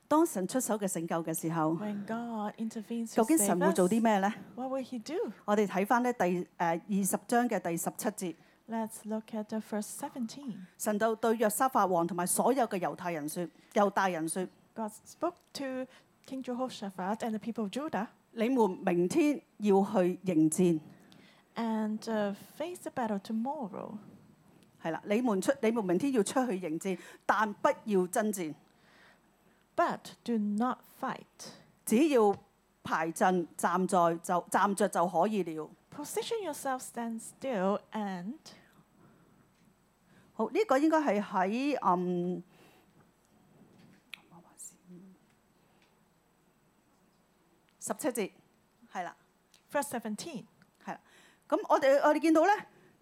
C: 當神出手嘅拯救嘅時候，
B: When God intervenes, to
C: 究竟
B: save
C: 神會
B: us,
C: 做啲咩呢？
B: what will He do?
C: 我哋睇翻咧第誒二十章嘅第十七節。
B: Let's look at the verse 17.
C: 神就對約沙法王同埋所有嘅猶太人説：猶大人説，
B: God spoke to King Jehoshaphat and the people of Judah
C: 你們明天要去迎戰，
B: and uh, face the battle tomorrow.
C: 係啦，你們出，你們明天要出去迎戰，但不要爭戰，
B: But do not fight.
C: 只要排陣站在就站着就可以了。
B: Position yourself, stand still, and
C: 好，呢、個應該係喺嗯。十七節，係啦，
B: verse 17.
C: 係啦。咁我哋我哋見到咧，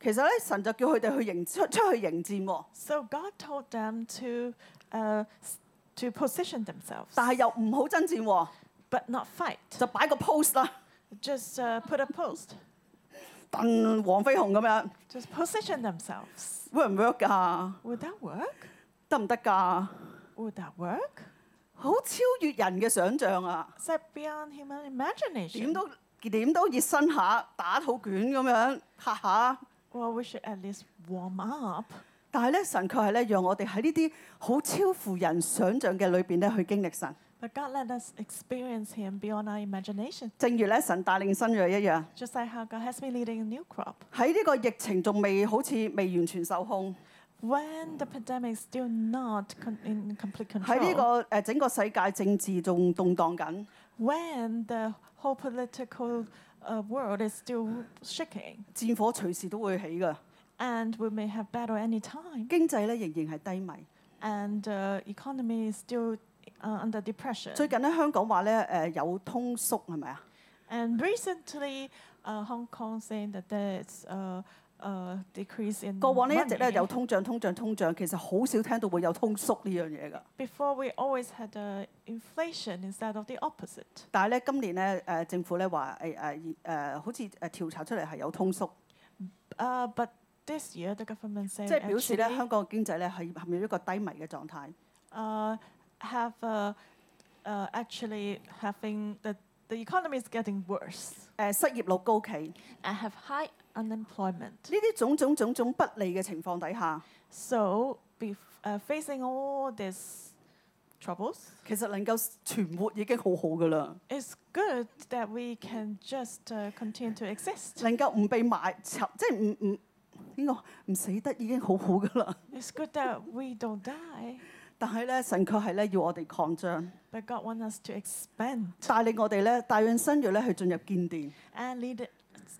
C: 其實咧神就叫佢哋去迎出出去迎戰喎。
B: So God told them to uh, s- to position themselves,
C: 但係又唔好爭戰喎，
B: but not fight.
C: 就擺個 pose 啦，
B: Just uh, put a post.
C: 燉黃飛鴻咁樣
B: Just position themselves.
C: work 唔 work 㗎？
B: Would that work?
C: 得唔得㗎？
B: Would that work?
C: 好超越人嘅想像啊！
B: It's like beyond human
C: 點
B: imagination.
C: 都點都熱身下，打肚卷咁樣拍下。
B: Well, we should at least warm up.
C: 但係咧，神卻係咧，讓我哋喺呢啲好超乎人想像嘅裏邊咧，去經歷神。
B: But God let us experience Him beyond our imagination,
C: 正如咧，神帶領新蕊一樣，
B: just like how God has been leading a new crop.
C: 喺呢個疫情仲未好似未完全受控，
B: when the pandemic is still not con- in complete
C: 喺呢
B: control,
C: 個誒整個世界政治仲動盪緊，
B: when the whole political uh, world is still shaking,
C: 戰火隨時都會起㗎，
B: and we may have battle any time,
C: 經濟咧仍然係低迷。
B: and uh, economy is still uh, under depression.
C: 最近咧香港話咧誒有通縮係咪啊？
B: And recently, uh, Hong Kong saying that there's a, a uh, decrease in
C: 過往呢一直咧
B: money.
C: 有通脹、通脹、通脹，其實好少聽到會有通縮呢樣嘢㗎。
B: Before we always had uh, inflation instead of the opposite.
C: 但係咧今年咧誒政府咧話誒誒誒好似誒調查出嚟係有通縮，
B: Uh, but this year, the government said
C: 即係表示咧
B: actually
C: 香港嘅經濟咧係陷入一個低迷嘅狀態。
B: uh, have uh, uh, actually having the the economy is getting worse
C: 誒失業率高企，呢
B: and have high unemployment.
C: 啲種種種種不利嘅情況底下，
B: So, be, uh, facing all these troubles,
C: 其實能夠存活已經好好㗎啦，
B: it's good that we can just uh, continue to exist.
C: 能夠唔被埋沉，即係唔唔呢個唔死得已經好好㗎啦。
B: It's good that we don't die,
C: 但係咧，神卻係咧要我哋擴張，
B: but God wants us to expand
C: 帶領我哋咧帶領新約咧去進入建殿，
B: and lead a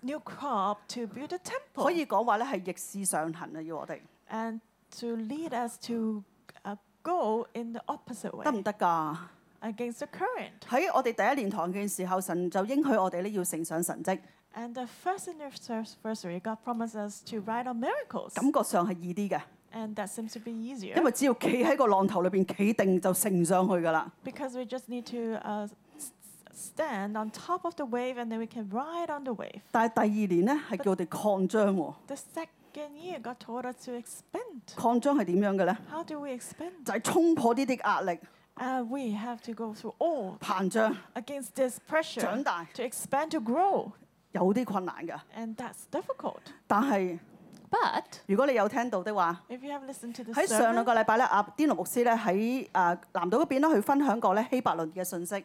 B: new crop to build a temple
C: 可以講話咧係逆市上行啊！要我哋
B: and to lead us to uh, go in the opposite way
C: 得唔得㗎？
B: against the current.
C: 喺我哋第一年堂嘅時候，神就應許我哋咧要成上神蹟，
B: And the first anniversary, God promised us to write on miracles,
C: 感覺上係易啲嘅，
B: and that seems to be easier
C: 因為只要企喺個浪頭裏邊企定就乘上去㗎啦。
B: because we just need to uh, s- s- stand on top of the wave and then we can ride on the wave.
C: 但係第二年咧係叫我哋擴張喎，
B: The second year, God told us to expand.
C: 擴張係點樣嘅咧？
B: How do we expand?
C: 就係、衝破呢啲壓力、
B: Uh, we have to go through all
C: 膨脹，
B: against this pressure
C: 長大。
B: to expand to grow,
C: 有啲困難㗎。
B: and that's difficult.
C: 但係
A: But
C: 如果你有聽到的話，
B: If you have listened to the
C: 喺上兩
B: sermon,
C: 個禮拜咧，阿甸奴牧師咧喺誒南島嗰邊咧，佢分享過咧希伯倫嘅信息。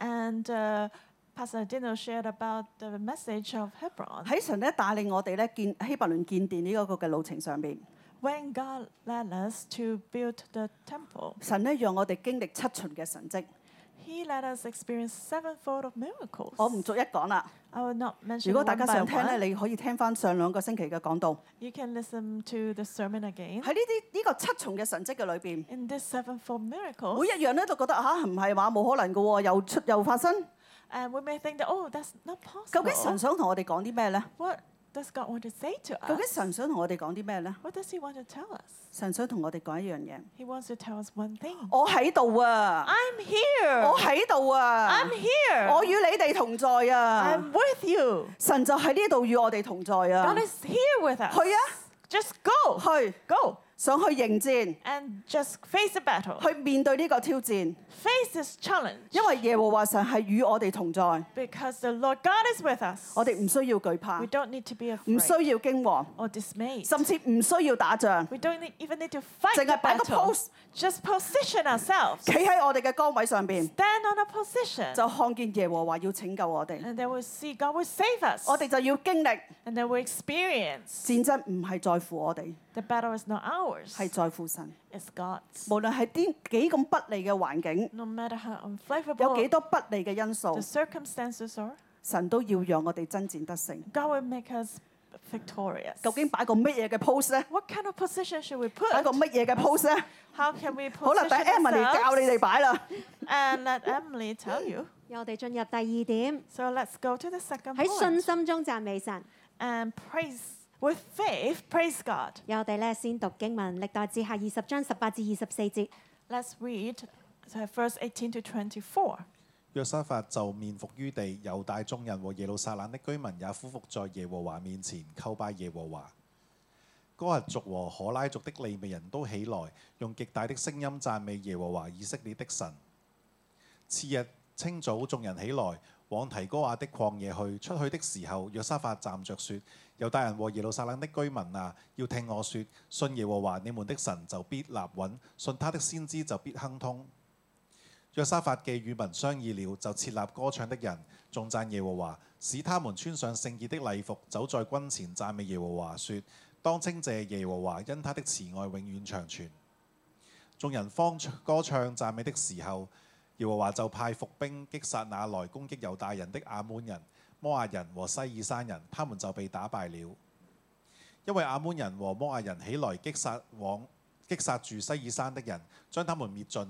B: and uh, Pastor Dino shared about the message of Hebron.
C: 喺神咧帶領我哋咧建希伯倫建殿呢一個嘅路程上邊，
B: When God led us to build the temple,
C: 神咧讓我哋經歷七旬嘅神蹟。
B: He let us experience sevenfold of miracles.
C: 我唔逐一講啦。
B: I will not
C: 如
B: mention
C: 果
B: one
C: 大家想
B: by
C: 聽咧，
B: one.
C: 你可以聽翻上兩個星期嘅講道。
B: You can listen to the sermon again.
C: 喺呢啲呢個七重嘅神跡嘅裏邊，
B: In this sevenfold miracles,
C: 每一樣咧都覺得吓唔係話冇可能嘅喎，又出又發生。
B: and we may think that oh, that's not
C: 究竟神
B: possible.
C: 想同我哋講啲咩咧？
B: What does God want to say to
C: 究竟
B: us?
C: 神想同我哋講啲咩咧？
B: What does He want to tell us?
C: 神想同我哋講一樣嘢。
B: He wants to tell us one thing.
C: 我喺度啊！
B: I'm here.
C: 我喺度啊！
B: I'm here.
C: 我與你哋同在啊！
B: I'm with you.
C: 神就喺呢度與我哋同在啊
B: God！is here with us.
C: 去啊！
B: Just go.
C: 去
B: Go
C: 想去迎戰，
B: and just face the battle.
C: 去面對呢個挑戰，
B: Face this challenge.
C: 因為耶和華神係與我哋同在，
B: Because the Lord God is with us.
C: 我哋唔需要懼怕
B: We，don't need to be
C: 唔
B: afraid
C: 需要驚惶，
B: or dismayed.
C: 甚至唔需要打仗，
B: We don't need- even need to fight
C: 淨係
B: the
C: 擺個
B: battle.
C: pose
B: Just position ourselves.
C: 企喺我哋嘅崗位上邊，
B: Stand on a position.
C: 就看見耶和華要拯救我哋，
B: And then we'll see God will save us.
C: 我哋就要經歷
B: And then we'll experience
C: 戰爭，唔係在乎我哋，
B: the battle is not ours.
C: 係在乎神。
B: It's God's.
C: 無論係啲幾咁不利嘅環境，
B: No matter how
C: 有
B: unflavorable
C: 幾多不利嘅因素
B: the，circumstances are,
C: 神都要讓我哋真戰得勝。
B: God will make us victorious.
C: 究竟擺個乜嘢嘅 pose 咧？
B: What kind of position should we put?
C: 擺個乜嘢嘅 pose 咧？
B: How can we
C: 好啦，
B: position
C: 等 Emily 教你
B: ourselves?
C: 哋擺啦。
B: And let Emily tell you.
E: 我哋進入第二點，
B: So let's go to the second
E: 喺信
B: point.
E: 心中讚美神。
B: And praise with faith, praise God.
E: 由我哋咧先讀經文，歷代志下二十章十八至二十四節。
B: Let's read uh, verse 18 to 24.
D: 約沙法就面伏於地，猶大眾人和耶路撒冷的居民也俯伏在耶和華面前叩拜耶和華。哥轄族和可拉族的利未人都起來，用極大的聲音讚美耶和華以色列的神。次日清早，眾人起來，往提哥亞的曠野去。出去的時候，約沙法站着說：猶大人和耶路撒冷的居民啊，要聽我說，信耶和華你們的神就必立穩，信他的先知就必亨通。約沙法既與民商議了，就設立歌唱的人，仲讚耶和華，使他們穿上聖潔的禮服，走在軍前讚美耶和華，說：當稱謝耶和華，因他的慈愛永遠長存。眾人方唱歌唱讚美的時候，耶和華就派伏兵擊殺那來攻擊猶大人的亞捫人、摩亞人和西爾山人，他們就被打敗了。因為亞捫人和摩亞人起來擊殺往擊殺住西爾山的人，將他們滅盡。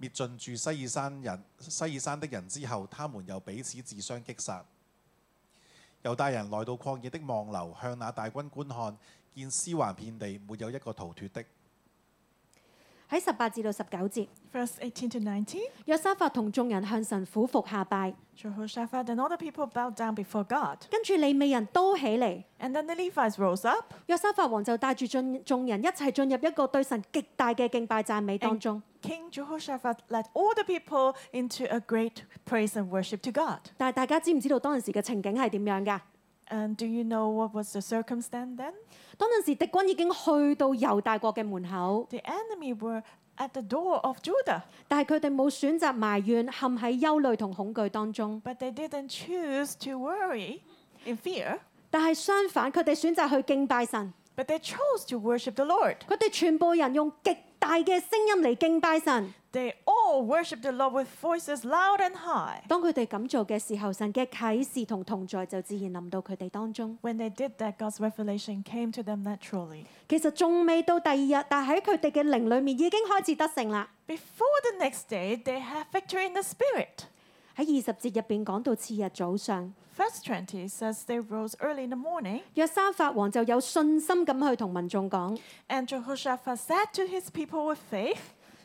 D: 滅盡住西爾山人西爾山的人之後，他們又彼此自相擊殺。猶大人來到曠野的望樓，向那大軍觀看，見屍橫遍地，沒有一個逃脱的。
E: 喺十八至到十九節，
B: Verse 18 to 19
E: 約沙法同眾人向神俯伏下拜，
B: Jehoshaphat and all the people bowed down before God.
E: 跟住利未人都起嚟。
B: And then the Levites rose up,
E: 約沙法王就帶住進眾人一齊進入一個對神極大嘅敬拜讚美當中。
B: King Jehoshaphat led all the people into a great praise and worship to God.
E: 但係大家知唔知道當陣時嘅情景係點樣㗎？
B: And do you know what was the circumstance then?
E: 當陣時敵軍已經去到猶大國嘅門口，
B: The enemy were at the door of Judah,
E: 但係佢哋冇選擇埋怨，陷喺憂慮同恐懼當中。
B: but they didn't choose to worry in fear,
E: 但係相反，佢哋選擇去敬拜神。
B: but they chose to worship the Lord.
E: 佢哋全部人用極大嘅聲音嚟敬拜神。
B: They all worshiped the Lord with voices loud and high.
E: 當佢哋咁做嘅時候，神嘅啟示同同在就自然臨到佢哋當中。
B: When they did that, God's revelation came to them naturally.
E: 其實仲未到第二日，但喺佢哋嘅靈裡面已經開始得勝啦。
B: Before the next day, they have victory in the spirit.
E: 喺二十節入邊講到次日早上，
B: Verse 20 says they rose early in the morning,
E: 約沙法王就有信心咁去同民眾講：
B: and Jehoshaphat said to his people with faith,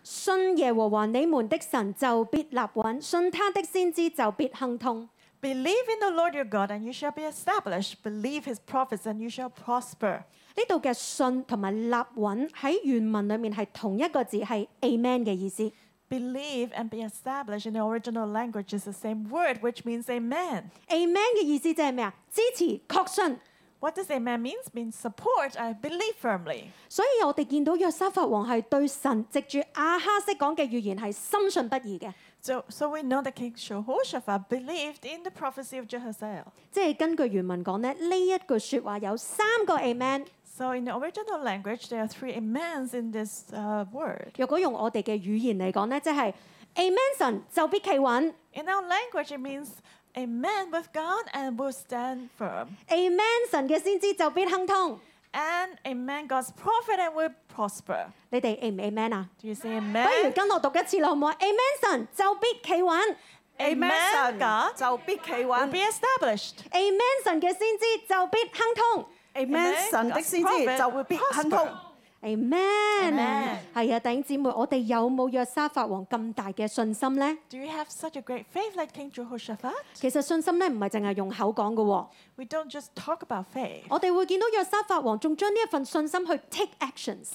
E: 信耶和華你們的神就必立穩，信他的先知就必亨通。
B: Believe in the Lord your God, and you shall be established. Believe his prophets, and you shall prosper.
E: 呢度嘅信同埋立穩喺原文裡面係同一個字，係 amen 嘅意思。
B: Believe and be established in the original language is the same word, which means amen.
E: amen 嘅意思即係咩啊？支持、確信。
B: What does amen means? Means support. I believe firmly.
E: 所以我哋見到約沙法王係對神藉住亞哈斯講嘅預言係深信不疑嘅，
B: So, so we know that King Jehoshaphat believed in the prophecy of Jehaziel.
E: 即係根據原文講咧，呢一句説話有三個 amen。
B: So in the original language, there are three amens in this uh, word.
E: 若果用我哋嘅語言嚟講咧，即係 amen 神就必企穩
B: In our language, it means amen with God and will stand firm.
E: ，amen 神嘅先知就必亨通。
B: And amen God's prophet and will prosper.
E: 你哋 am 唔 amen 啊？
B: Do you say
E: 不如
B: amen?
E: 跟我讀一次啦，好唔好啊？amen 神就必企穩
B: Amen God
C: Amen，就必企
B: will
C: 穩。
B: be established.
E: ，amen 神嘅先知就必亨通。
C: Amen，神的先知就會必亨通。
E: Amen，
B: Amen
E: 係啊，弟兄姊妹，我哋有冇約沙法王咁大嘅信心呢？
B: Do you have such a great faith like King Jehoshaphat?
E: 其實信心咧唔係淨係用口講嘅喎，
B: We don't just talk about faith.
E: 我哋會見到約沙法王仲將呢一份信心去 take actions。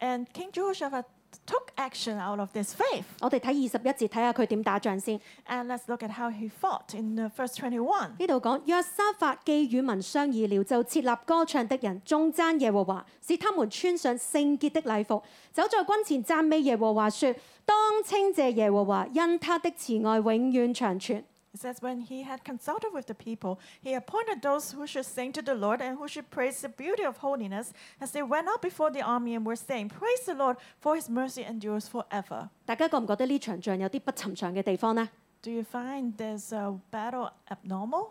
B: And King Jehoshaphat took action out of this faith.
E: 我哋睇二十一節，睇下佢點打仗先。
B: And let's look at how he fought in uh, verse 21.
E: 呢度講約沙法既與民商議了，就設立歌唱的人，頌讚耶和華，使他們穿上聖潔的禮服，走在軍前讚美耶和華，說：當稱謝耶和華，因他的慈愛永遠長存。
B: It says, when he had consulted with the people, he appointed those who should sing to the Lord and who should praise the beauty of holiness as they went out before the army and were saying, Praise the Lord, for his mercy endures forever.
E: 大家覺唔覺得呢場仗有啲不尋常嘅地方呢？
B: Do you find this uh, battle abnormal?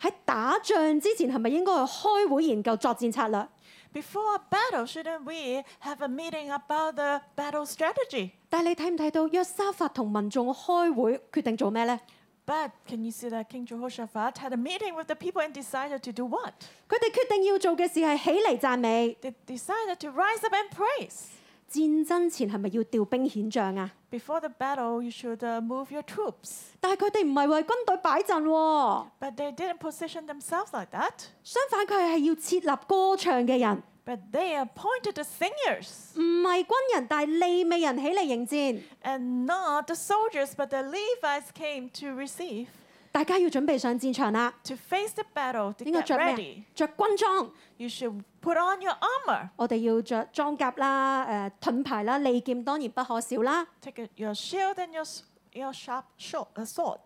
E: 喺打仗之前係咪應該去開會研究作戰策略？
B: Before a battle, shouldn't we have a meeting about the battle strategy?
E: 但係你睇唔睇到約沙法同民眾開會決定做咩呢？
B: But can you see that King Jehoshaphat had a meeting with the people and decided to do what?
E: 佢哋決定要做嘅事係起嚟讚美。
B: They decided to rise up and praise.
E: 戰爭前係咪要調兵遣將啊？
B: Before the battle, you should uh, move your troops.
E: 但係佢哋唔係為軍隊擺陣喎、
B: But they didn't position themselves like that.
E: 相反佢係要設立歌唱嘅人，
B: But they appointed the singers
E: 唔係軍人，但係利未人起嚟迎戰。
B: and not the soldiers, but the Levites came to receive,
E: 大家要準備上戰場啦，
B: to face the battle, to
E: 應該
B: get
E: 着咩
B: ready.
E: 啊？着軍裝，
B: You should put on your armor,
E: 我哋要着裝甲啦、誒、盾牌啦、利劍當然不可少啦。
B: take a, your shield and your, s- your sharp sho- uh, sword.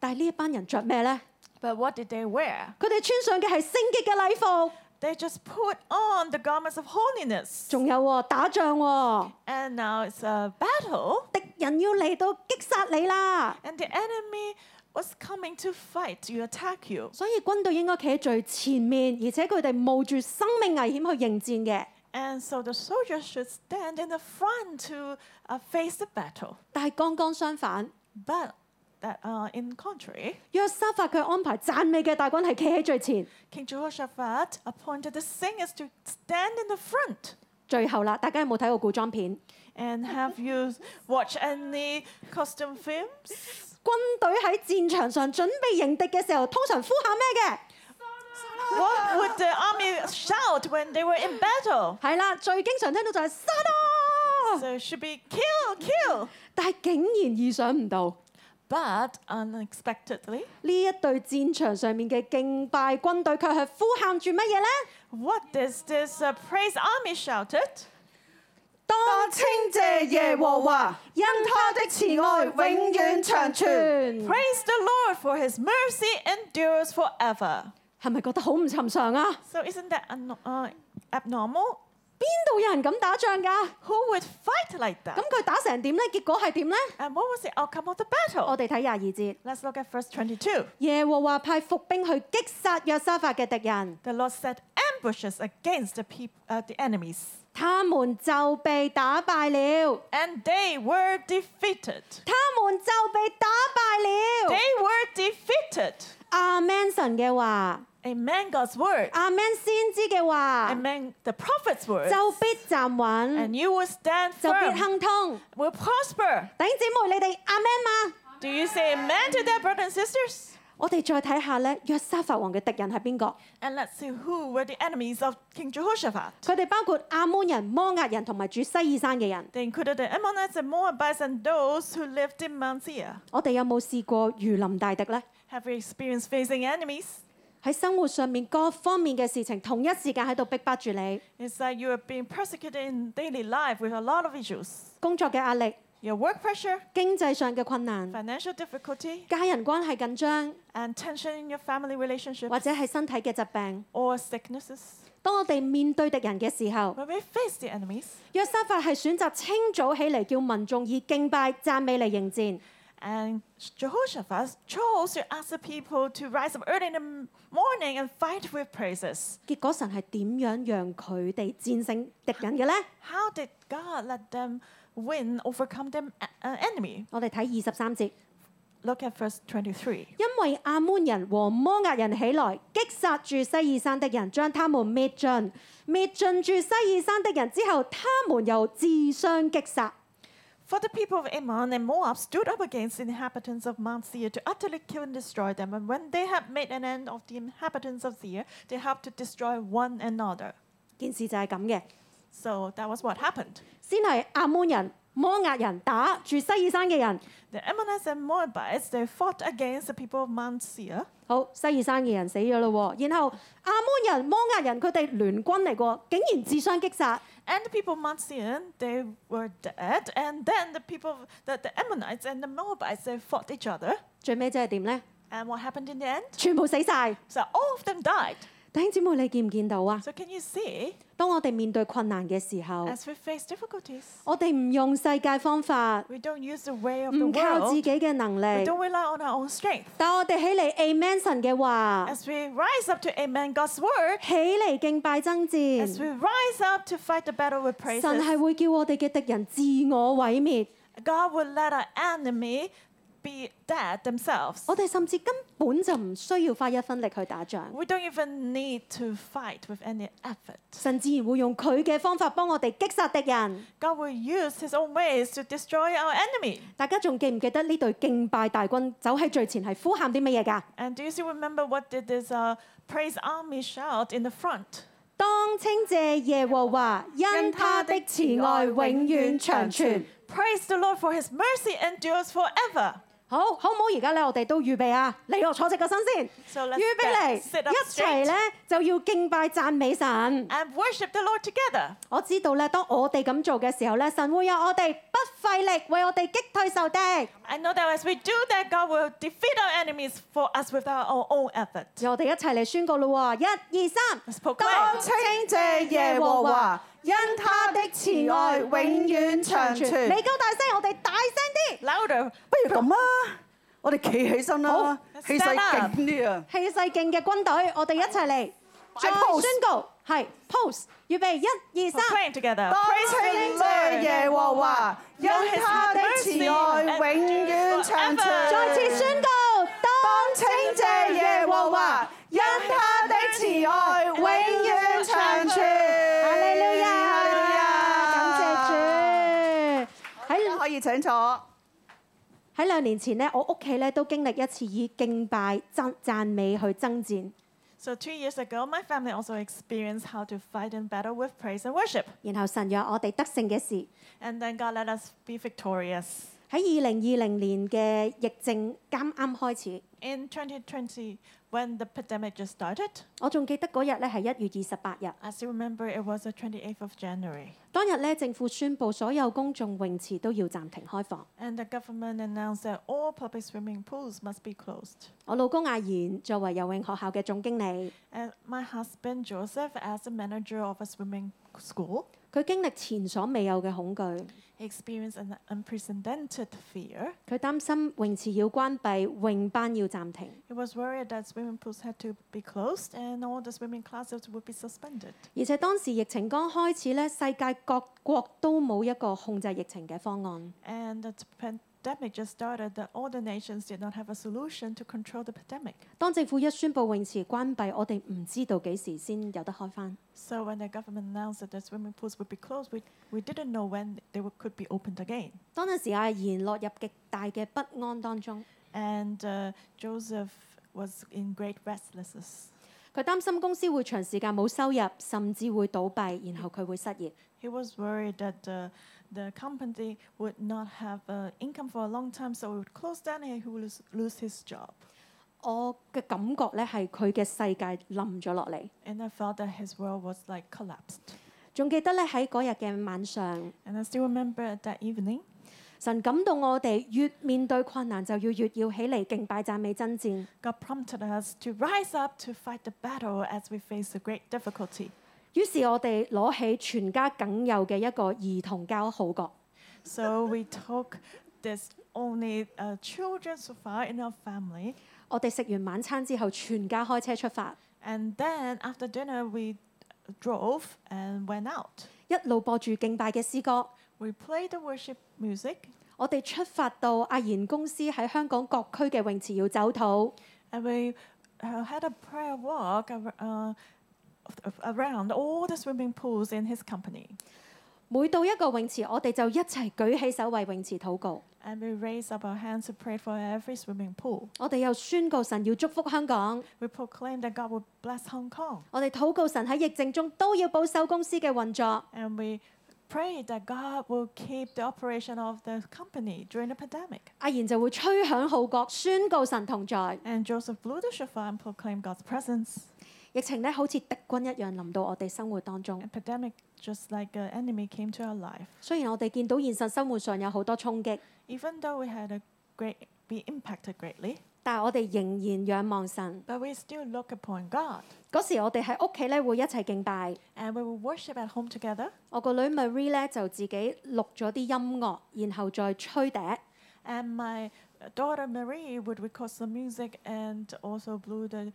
E: 但係呢一班人着咩呢？
B: But what did they wear?
E: 佢哋穿上嘅係聖潔嘅禮服，
B: They They just put on the garments of holiness.
E: 仲有喎，打仗喎，
B: And now it's a battle,
E: 敵人要嚟到擊殺你啦。
B: and the enemy was coming to fight, to attack you.
E: 所以軍隊應該企喺最前面，而且佢哋冒住生命危險去迎戰嘅。
B: And so the soldiers should stand in the front to uh, face the battle.
E: 但係剛剛相反，
B: But that, uh, in contrary,
E: 約沙法佢安排讚美嘅大軍係企喺最前。
B: King Jehoshaphat appointed the singers to stand in the front.
E: 最後啦，大家有冇睇過古裝片？
B: And have you watched any costume films?
E: 軍隊喺戰場上準備迎敵嘅時候，通常呼喊
B: What would the army shout when they were in battle?
E: 咩嘅？係啦，最經常聽到就係殺啊！
B: So it should be kill, kill.
E: 但係竟然意想唔到，
B: But unexpectedly,
E: 呢一隊戰場上面嘅敬拜軍隊，卻係呼喊住乜嘢呢？
B: what is this uh, praise army shouted?
E: 當
C: 稱謝耶和華，
E: 因他的慈愛
C: 永遠長存。
B: Praise the Lord for his mercy endures forever.
E: 係咪覺得好唔尋常啊？
B: So isn't that un- uh, abnormal?
E: 邊度有人咁打仗㗎？
B: Who would fight like
E: 咁
B: that?
E: 佢打成點呢？結果係點呢？
B: And what was the outcome of the battle?
E: 我哋睇廿二節，
B: Let's look at verse 22.
E: 耶和華派伏兵去擊殺約沙法嘅敵人，
B: The Lord set ambushes against the peop- uh, the enemies,
E: 他們就被打敗了，
B: and they were defeated.
E: 他們就被打敗了
B: They。were defeated.
E: 阿 Man 神嘅話，
B: Amen. God's word.
E: 阿 Man 先知嘅話，
B: Amen. The prophet's word.
E: 就必站穩，
B: And you will stand
E: 就必
B: firm.
E: 亨通。
B: Will prosper.
E: 弟兄姊妹，你哋阿 Man 嘛？
B: Do you say amen to that, brothers and sisters?
E: 我哋再睇下咧，約沙法王嘅敵人係邊個？
B: And let's see who were the enemies of King Jehoshaphat.
E: 佢哋包括亞捫人、摩押人同埋住西爾山嘅人。
B: They included the Ammonites and Moabites and those who lived in Mount Seir.
E: 我哋有冇試過如臨大敵呢？
B: Have you experienced facing enemies?
E: 喺生活上面各方面嘅事情，同一時間喺度逼迫住你，
B: It's like you are being persecuted in daily life with a lot of issues.
E: 工作嘅壓力、
B: Your work pressure,
E: 經濟上嘅困難、
B: financial difficulty,
E: 家人關係緊張，
B: and tension in your family relationship
E: 或者係身體嘅疾病。
B: or sicknesses.
E: 當我哋面對敵人嘅時候，
B: When we face the enemies,
E: 約沙法係選擇清早起嚟叫民眾以敬拜讚美嚟迎戰。
B: and Jehoshaphat chose to ask the people to rise up early in the m- morning and fight with praises.
E: 結果神係點樣讓佢哋戰勝敵人嘅呢？
B: How did God let them win, overcome them a- an enemy?
E: 我哋睇二十三節，
B: Look at verse 23.
E: 因為亞捫人和摩押人起來，擊殺住西爾山的人，將他們滅盡。滅盡住西爾山的人之後，他們又自相擊殺。
B: For the people of Ammon and Moab stood up against the inhabitants of Mount Seir to utterly kill and destroy them. And when they had made an end of the inhabitants of Seir, they helped to destroy one another.
E: 件事就係咁嘅，
B: So that was what happened.
E: 先係亞捫人、摩押人打住西爾山嘅人。
B: The Ammonites and Moabites they fought against the people of Mount Seir,
E: 好，西爾山嘅人死咗咯喎，然後亞捫人、摩押人佢哋聯軍嚟過，竟然自相擊殺。
B: and the people of Mount Seir they were dead. And then the people, of- the, the Ammonites and the Moabites they fought each other.
E: 最尾即係點呢？
B: And what happened in the end?
E: 全部死晒。
B: So all of them died.
E: 弟兄姊妹，你見唔見到啊？
B: So can you see,
E: 當我哋面對困難嘅時候，
B: as we face difficulties,
E: 我哋唔用世界方法，
B: we don't use the way of the
E: 唔靠
B: world.
E: 自己嘅能
B: We
E: 力，
B: don't rely on our own strength.
E: 但我哋起嚟 Amen 神嘅話，
B: As we rise up to amen God's word,
E: 起嚟敬拜爭
B: as we
E: 戰，
B: rise up to fight the battle with
E: 神係
B: praises,
E: 會叫我哋嘅敵人自我毀滅，
B: God will let our enemy be dead themselves.
E: 我哋甚至根本就唔需要花一分力去打仗，
B: We don't even need to fight with any effort.
E: 神自然會用佢嘅方法幫我哋擊殺敵人。
B: God will use his own ways to destroy our enemy.
E: 大家仲記唔記得呢隊敬拜大軍走喺最前係呼喊啲乜嘢㗎？
B: And do you still remember what did this uh, praise army shout in the front?
E: 當稱謝耶和華，因他的慈愛永遠長存。
B: Praise the Lord for his mercy endures forever.
E: 好好唔好？而家咧，我哋都預備啊！嚟我坐直個身先，
B: So
E: 預
B: let's
E: 備
B: get- sit
E: 嚟，
B: up
E: 一齊
B: straight
E: 咧就要敬拜讚美神。
B: and worship the Lord together.
E: 我知道咧，當我哋咁做嘅時候咧，神會有我哋不費力為我哋擊退仇敵。
B: I know that as we do that, God will defeat our enemies for us with our own- own effort.
E: 我哋一齊嚟宣告咯喎！一、二、三。
B: Let's proclaim.
C: 當稱謝耶和華，因他的慈愛永遠長
E: 你
C: 存。
E: 高大聲，我哋大聲
B: Louder.
C: 不如咁啊，我哋企起身啦
E: 好，
C: 氣勢勁啲啊！
E: 啲，氣勢勁嘅軍隊，我哋一齊嚟，再
C: pose
E: 宣告，係 pose，預備一、二、三。
B: Proclaim together.
C: 當
B: Praise
C: 稱謝
B: the Lord.
C: 耶和華，因他的慈愛永遠長存。
E: 再次宣告，當
C: 當稱謝耶和華，因他的慈愛永遠長存。
E: 哈利路亞，
C: 哈利路亞
E: 感謝主。喺
C: 可以請坐。
E: 喺兩年前呢，我屋企咧都經歷一次以敬拜、讚讚美去爭戰，
B: So two years ago, my family also experienced how to fight in battle with praise and worship.
E: 然後神讓我哋得勝嘅事。
B: And then God let us be victorious.
E: 喺二零二零年嘅疫症啱啱開始，
B: In 2020, when the pandemic just started,
E: 我仲記得嗰日咧係一月二十八日，
B: I still remember it was the 28th of January.
E: 當日咧政府宣布所有公眾泳池都要暫停開放。
B: And the government announced that all public swimming pools must be closed.
E: 我老公阿賢作為游泳學校嘅總經理，
B: And my husband Joseph, as the manager of a swimming school,
E: 佢經歷前所未有嘅恐懼，
B: he experienced an unprecedented fear.
E: 佢擔心泳池要關閉，泳班要暫停。
B: He was worried that swimming pools had to be closed and all the swimming classes would be suspended.
E: 而且當時疫情剛開始咧，世界各國都冇一個控制疫情嘅方案。
B: And the pandemic just started, that all the nations did not have a solution to control the pandemic.
E: 當政府一宣布泳池關閉，我哋唔知道幾時先有得開返。
B: So when the government announced that the swimming pools would be closed, we, we didn't know when they would, could be opened again.
E: 當陣時，阿賢落入極大嘅不安當中，
B: And uh, Joseph was in great restlessness.
E: 佢擔心公司會長時間冇收入，甚至會倒閉，然後佢會失業。
B: He was worried that uh, the company would not have uh, income for a long time, so it would close down and he would lose, lose his job.
E: 我嘅感覺咧係佢嘅世界冧咗落嚟。
B: And I felt that his world was like collapsed.
E: 仲記得咧喺嗰日嘅晚上，
B: And I still remember that evening,
E: 神感動我哋，越面對困難就要越要起嚟敬拜讚美爭戰。
B: God prompted us to rise up to fight the battle as we face a great difficulty.
E: 於是我哋攞起全家僅有嘅一個兒童膠號角，
B: So we took this only uh, children so far in our family,
E: 我哋食完晚餐之後，全家開車出發，
B: and then after dinner we drove and went out.
E: 一路播住敬拜嘅詩歌。
B: We played the worship music,
E: 我哋出發到阿賢公司喺香港各區嘅泳池要走土，
B: and we uh, had a prayer walk ar- uh, of- around all the swimming pools in his company.
E: 每到一個泳池，我哋就一齊舉起手為泳池禱告。
B: And we raised up our hands to pray for every swimming pool.
E: 我哋又宣告神要祝福香港，
B: We proclaimed that God would bless Hong Kong.
E: 我哋禱告神喺疫症中都要保守公司嘅運作。
B: And we prayed that God will keep the operation of the company during the pandemic.
E: 阿賢就會吹響號角，宣告神同在。
B: And Joseph blew the shofar and proclaimed God's presence.
E: 疫情咧好似敵軍一樣臨到我哋生活當中。
B: And pandemic, just like an enemy, came to our life.
E: 雖然我哋見到現實生活上有好多衝擊，
B: Even though we had a great, be impacted greatly,
E: 但係我哋仍然仰望神。
B: but we still look upon God.
E: 嗰時我哋喺屋企咧會一齊敬拜。
B: And we will worship at home together.
E: 我個女 Marie 咧就自己錄咗啲音樂，然後再吹笛。
B: And my daughter Marie would record some music and also blew the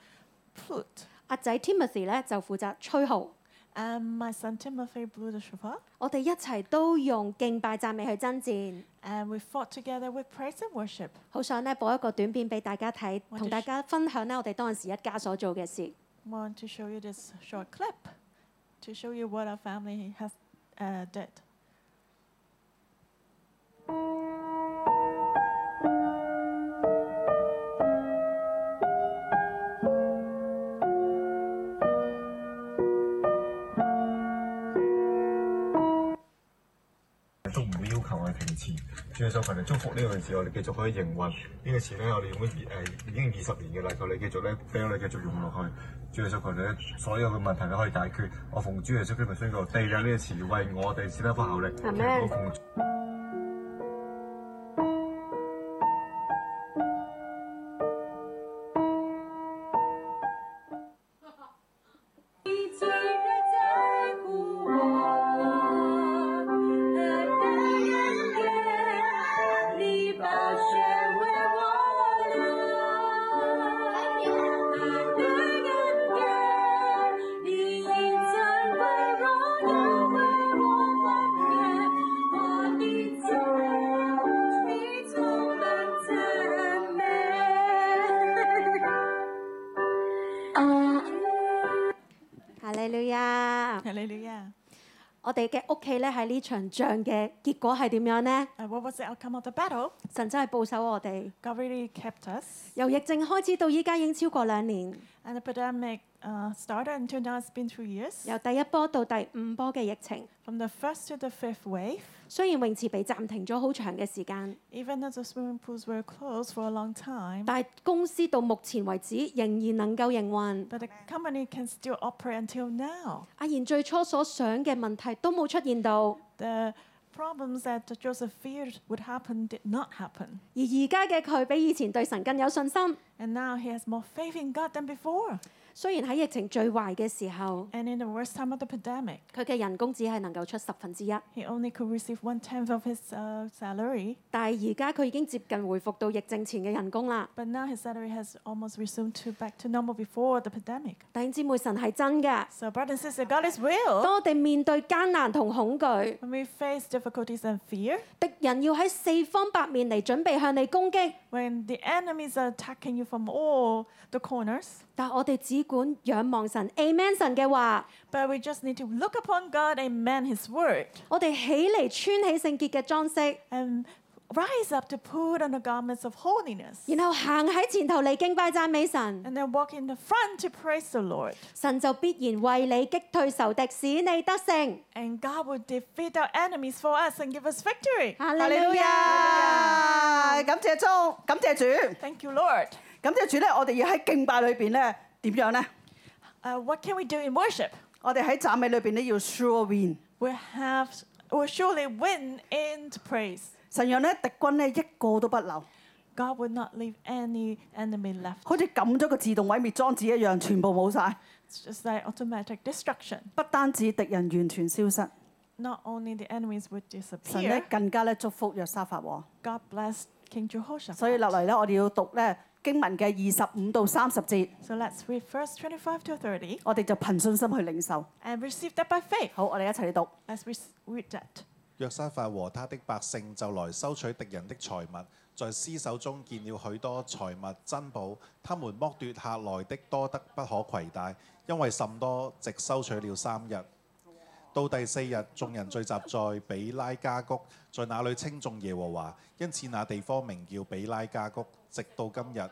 B: flute.
E: 阿仔 Timothy 咧就負責吹號。
B: And my son Timothy blew the shofar.
E: 我哋一齊都用敬拜讚美去爭戰。
B: And we fought together with praise and worship.
E: 好想咧播一個短片俾大家睇，
B: What
E: 同
B: is-
E: 大家分享咧我哋當陣時一家所做嘅事。
B: want to show you this short clip to show you what our family has uh, did.
F: 我亦都唔會要求我哋停錢。主要想求你祝福呢樣事，我哋繼續可以營運呢個錢咧，我哋用咗二誒已經二十年嘅啦，求你繼續咧俾我哋繼續用落去。主要想求你咧，所有嘅問題都可以解決。我奉主耶穌基督嘅宣告，地有呢個詞為我哋使得不效力。
G: 阿們
F: 我奉
G: 你把血为我流，那对恩典，你已曾温柔地为我挽回，我的罪，你充满赞美。
E: 哈利路亞！
B: Hallelujah.
E: 我哋嘅屋企咧喺呢場仗嘅結果係點樣呢？
B: And what was the outcome of the battle?
E: 神真係保守我哋，
B: God really kept us.
E: 由疫症開始到依家已經超過兩年，
B: And the pandemic uh, started until now, it's been two years.
E: 由第一波到第五波嘅疫情，
B: From the first to the fifth wave,
E: 雖然泳池被暫停咗好長嘅時間，
B: even as the swimming pools were closed for a long time,
E: 但係公司到目前為止仍然能夠營運。
B: but the company can still operate until now.
E: 阿賢啊最初所想嘅問題都冇出現到，
B: The problems that Joseph feared would happen did not happen.
E: 而而家嘅佢比以前對神更有信心。
B: And now he has more faith in God than before.
E: 雖然喺疫情最壞嘅時候，
B: And in the worst time of the pandemic,
E: 佢嘅人工只係能夠出十分之一，
B: he only could receive one tenth of his uh, salary.
E: 但係而家佢已經接近回復到疫症前嘅人工啦。
B: But now his salary has almost resumed to back to normal before the pandemic.
E: 弟兄姊妹，神係真嘅。
B: So, brothers and sisters, God is will.
E: 當我哋面對艱難同恐懼，
B: When we face difficulties and fear,
E: 敵人要喺四方八面嚟準備向你攻擊，
B: when the enemies are attacking you from all the corners,
E: 但我哋只管仰望神，Amen 神嘅話，
B: but we just need to look upon God, amen, his word,
E: 我哋起嚟穿起聖潔嘅裝飾，
B: and rise up to put on the garments of holiness,
E: 然後行喺前頭嚟敬拜讚美神，
B: and then walk in the front to praise the Lord.
E: 神就必然為你擊退仇敵，使你得勝。
B: And God will defeat our enemies for us and give us victory.
E: 哈利路
C: Hallelujah！
E: 亞！
C: 感謝主，感謝主，
B: Thank you, Lord.
C: 感謝主咧！我哋要喺敬拜裏邊咧點樣咧？
B: Uh, what can we do in worship?
C: 我哋喺讚美裏邊咧要 sure win。
B: We have, will surely win in praise.
C: 神讓咧敵軍咧一個都不留，
B: God will not leave any enemy left.
C: 好似撳咗個自動毀滅裝置一樣，全部冇晒。
B: It's just like automatic destruction.
C: 不單止敵人完全消失，
B: Not only the enemies would
C: 神咧
B: disappear,
C: 更加咧祝福約沙法王。
B: God blessed King Jehoshaphat.
C: 所以落嚟咧，我哋要讀咧經文嘅二十五到三十節，
B: So let's read verse 25 to 30
C: 我哋就憑信心去領受。
B: and receive that by faith.
C: 好，我哋一齊嚟讀。
B: Let's re- read that.
D: 約沙法和他的百姓就來收取敵人的財物，在屍首中見了許多財物珍寶，他們剝奪下來的多得不可攜帶，因為甚多，直收取了三日。到第四日，眾人聚集在比拉加谷，在那裏稱頌耶和華，因此那地方名叫比拉加谷，直到今日。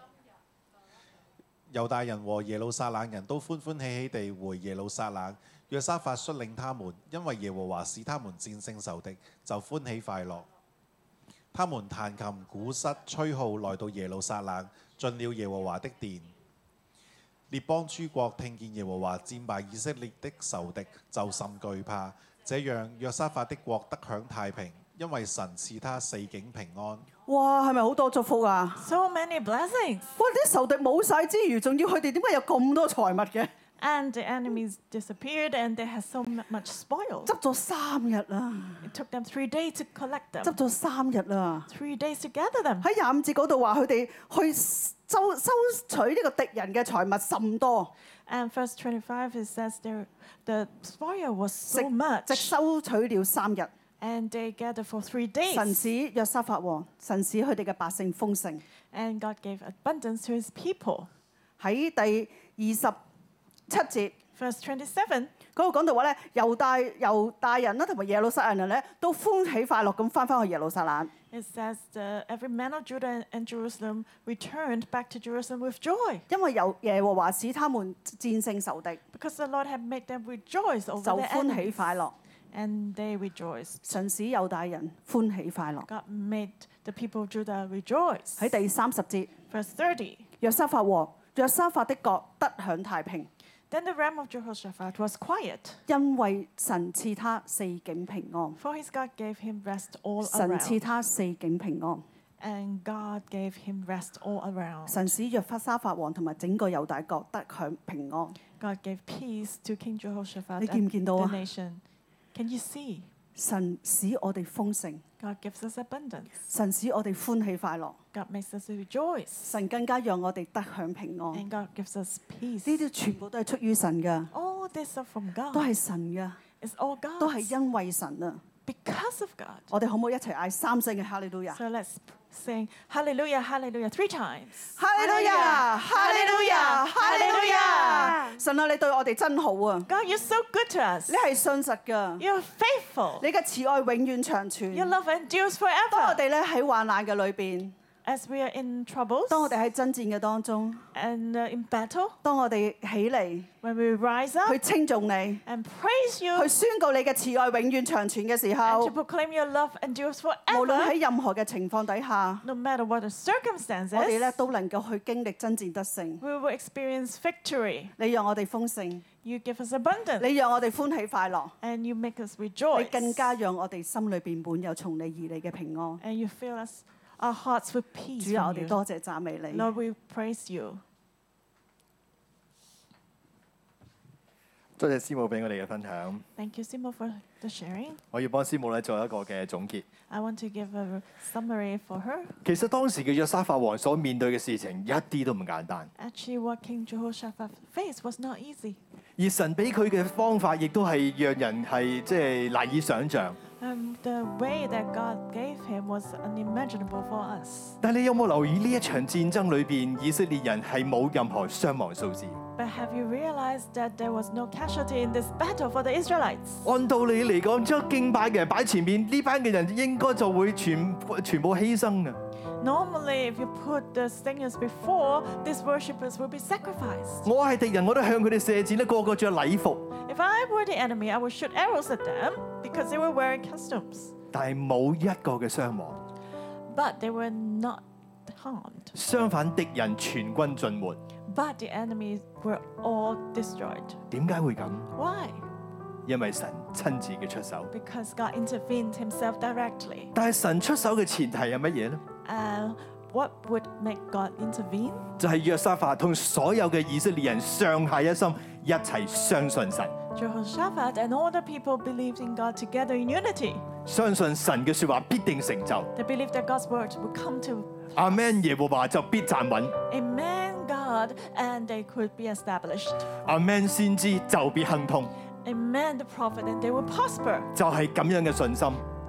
D: 猶大人和耶路撒冷人都歡歡喜喜地回耶路撒冷。約沙法率領他們，因為耶和華使他們戰勝仇敵，就歡喜快樂。他們彈琴、鼓瑟、吹號，來到耶路撒冷，進了耶和華的殿。列邦諸國聽見耶和華戰敗以色列的仇敵，就甚懼怕。這樣約沙法的國得享太平，因為神賜他四境平安。
C: 哇，係咪好多祝福啊？
B: So many blessings.
C: 哇！啲仇敵冇晒之餘，仲要佢哋點解有咁多財物嘅？
B: And the enemies disappeared and they had so mu- much spoils.
C: 執咗三日啦，
B: It took them three days to collect
C: 執
B: them,
C: 咗三日啊啦。
B: three days to gather them.
C: 喺廿五節嗰度話佢哋去收收取呢個敵人嘅財物甚多，
B: And verse 25, it says there, the spoil was
C: 直
B: so much,
C: 直收取了三日。
B: and they gathered for three days.
C: 神使約沙法王，神使佢哋嘅百姓豐盛。
B: And God gave abundance to his people.
C: 喺第二十七節
B: Verse 27,
C: 嗰度講到話咧，猶大猶大人啦，同埋耶路撒冷人咧，都歡喜快樂咁翻返去耶路撒冷。
B: it says, the, Every man of Judah and, and Jerusalem returned back to Jerusalem with joy,
C: 因為由耶和華使他們戰勝仇敵，
B: because the Lord had made them rejoice
C: 就
B: over their
C: 歡
B: enemies.
C: 喜快樂。
B: and they rejoiced.
C: 神使猶大人歡喜快樂。
B: God made the people of Judah rejoice.
C: 喺第三十節，
B: Verse 30.
C: 約沙法和約沙法的國得享太平，
B: Then the realm of Jehoshaphat was quiet,
C: 因為神賜他四境平安。
B: for his God gave him rest all
C: 神賜
B: around.
C: 他四境平安。
B: And God gave him rest all around.
C: 神使約法沙法王同埋整個猶大國得享平安。
B: God gave peace to King Jehoshaphat
C: 你見唔
B: and
C: 見到
B: the
C: 啊？
B: nation. Can you see?
C: 神使我哋豐盛，
B: God gives us abundance.
C: 神使我哋歡喜快樂，
B: God makes us rejoice.
C: 神更加讓我哋得享平安。呢
B: And God gives us peace.
C: 啲全部都係出於神㗎，
B: All this are from
C: 都
B: God.
C: 係神㗎，
B: It's all
C: 都係
B: God.
C: 因為神啊！
B: Because of God.
C: 我哋可唔可以一齊嗌三聲嘅哈利路亞？
B: So let's p- sing Hallelujah, Hallelujah three times.
C: 哈利路亞，哈利路亞，哈利路亞！神啊，你對我哋真好啊！
B: God, you're so good to us.
C: 你係信實㗎，
B: You're faithful.
C: 你嘅慈愛永遠長存。
B: Your
C: 當
B: love endures
C: 我
B: forever.
C: 哋咧喺患難嘅裏邊，
B: As we are in troubles
C: 當我哋喺爭戰嘅當中，
B: and uh, in battle,
C: 當我哋起嚟
B: when we rise
C: 去
B: up
C: 稱重你，
B: and praise you
C: 去宣告你嘅慈愛永遠長存嘅時
B: and
C: 候
B: to，proclaim your love endures
C: 無論
B: forever,
C: 喺任何嘅情況底下，
B: no matter what the
C: 我哋咧
B: circumstances,
C: 都能夠去經歷爭戰得勝。
B: we will experience victory.
C: 你讓我哋豐盛，你
B: You give us abundance
C: 讓我哋歡喜快樂，
B: and you make us
C: 你
B: rejoice.
C: 更加讓我哋心裏邊滿有從你而嚟嘅平安。
B: And you fill us our hearts with peace.
C: 主啊，我
B: from
C: 哋
B: you.
C: 多謝讚美你。
B: Lord, we praise you.
H: 多謝師母俾我哋嘅分享。
B: Thank you, Simo, for the sharing.
H: 我要幫師母咧做一個嘅總結。
B: I want to give a summary for her.
H: 其實當時嘅約沙法王所面對嘅事情一啲都唔簡單，
B: Actually, what King Jehoshaphat faced was not easy.
H: 而神俾佢嘅方法亦都係讓人係即係難以想像。
B: Um, the way that God gave him was unimaginable for us.
H: 但你有冇留意呢一場戰爭裏邊，以色列人係冇任何傷亡數字？
B: But have you realized that there was no casualty in this battle for the Israelites?
H: 按道理嚟講，將敬拜嘅人擺前面，呢班嘅人應該就會全全部犧牲嘅。
B: Normally, if you put the singers before, these worshippers will be sacrificed.
H: 我係敵人，我都向佢哋射箭咧，個個着禮服，
B: If I were the enemy, I would shoot arrows at them because they were wearing customs.
H: 但係冇一個嘅傷亡。
B: But they were not harmed.
H: 相反，敵人全軍盡沒。
B: But the enemies were all destroyed.
H: 點解會咁？
B: Why?
H: 因為神親自嘅出手。
B: Because God intervened himself directly.
H: 但係神出手嘅前提係乜嘢呢？
B: And what would make God intervene?
H: 就係、約沙法同所有嘅以色列人上下一心，一齊相信神，
B: Jehoshaphat and all the people believed in God together in unity.
H: 相信神嘅説話必定成就。
B: They believed that God's word would come to
H: 阿 Man 耶和華就必站穩，
B: a man God and they could be established.
H: 阿 Man 先知就必亨通，
B: A man the prophet and they would prosper.
H: 就係、咁樣嘅信心，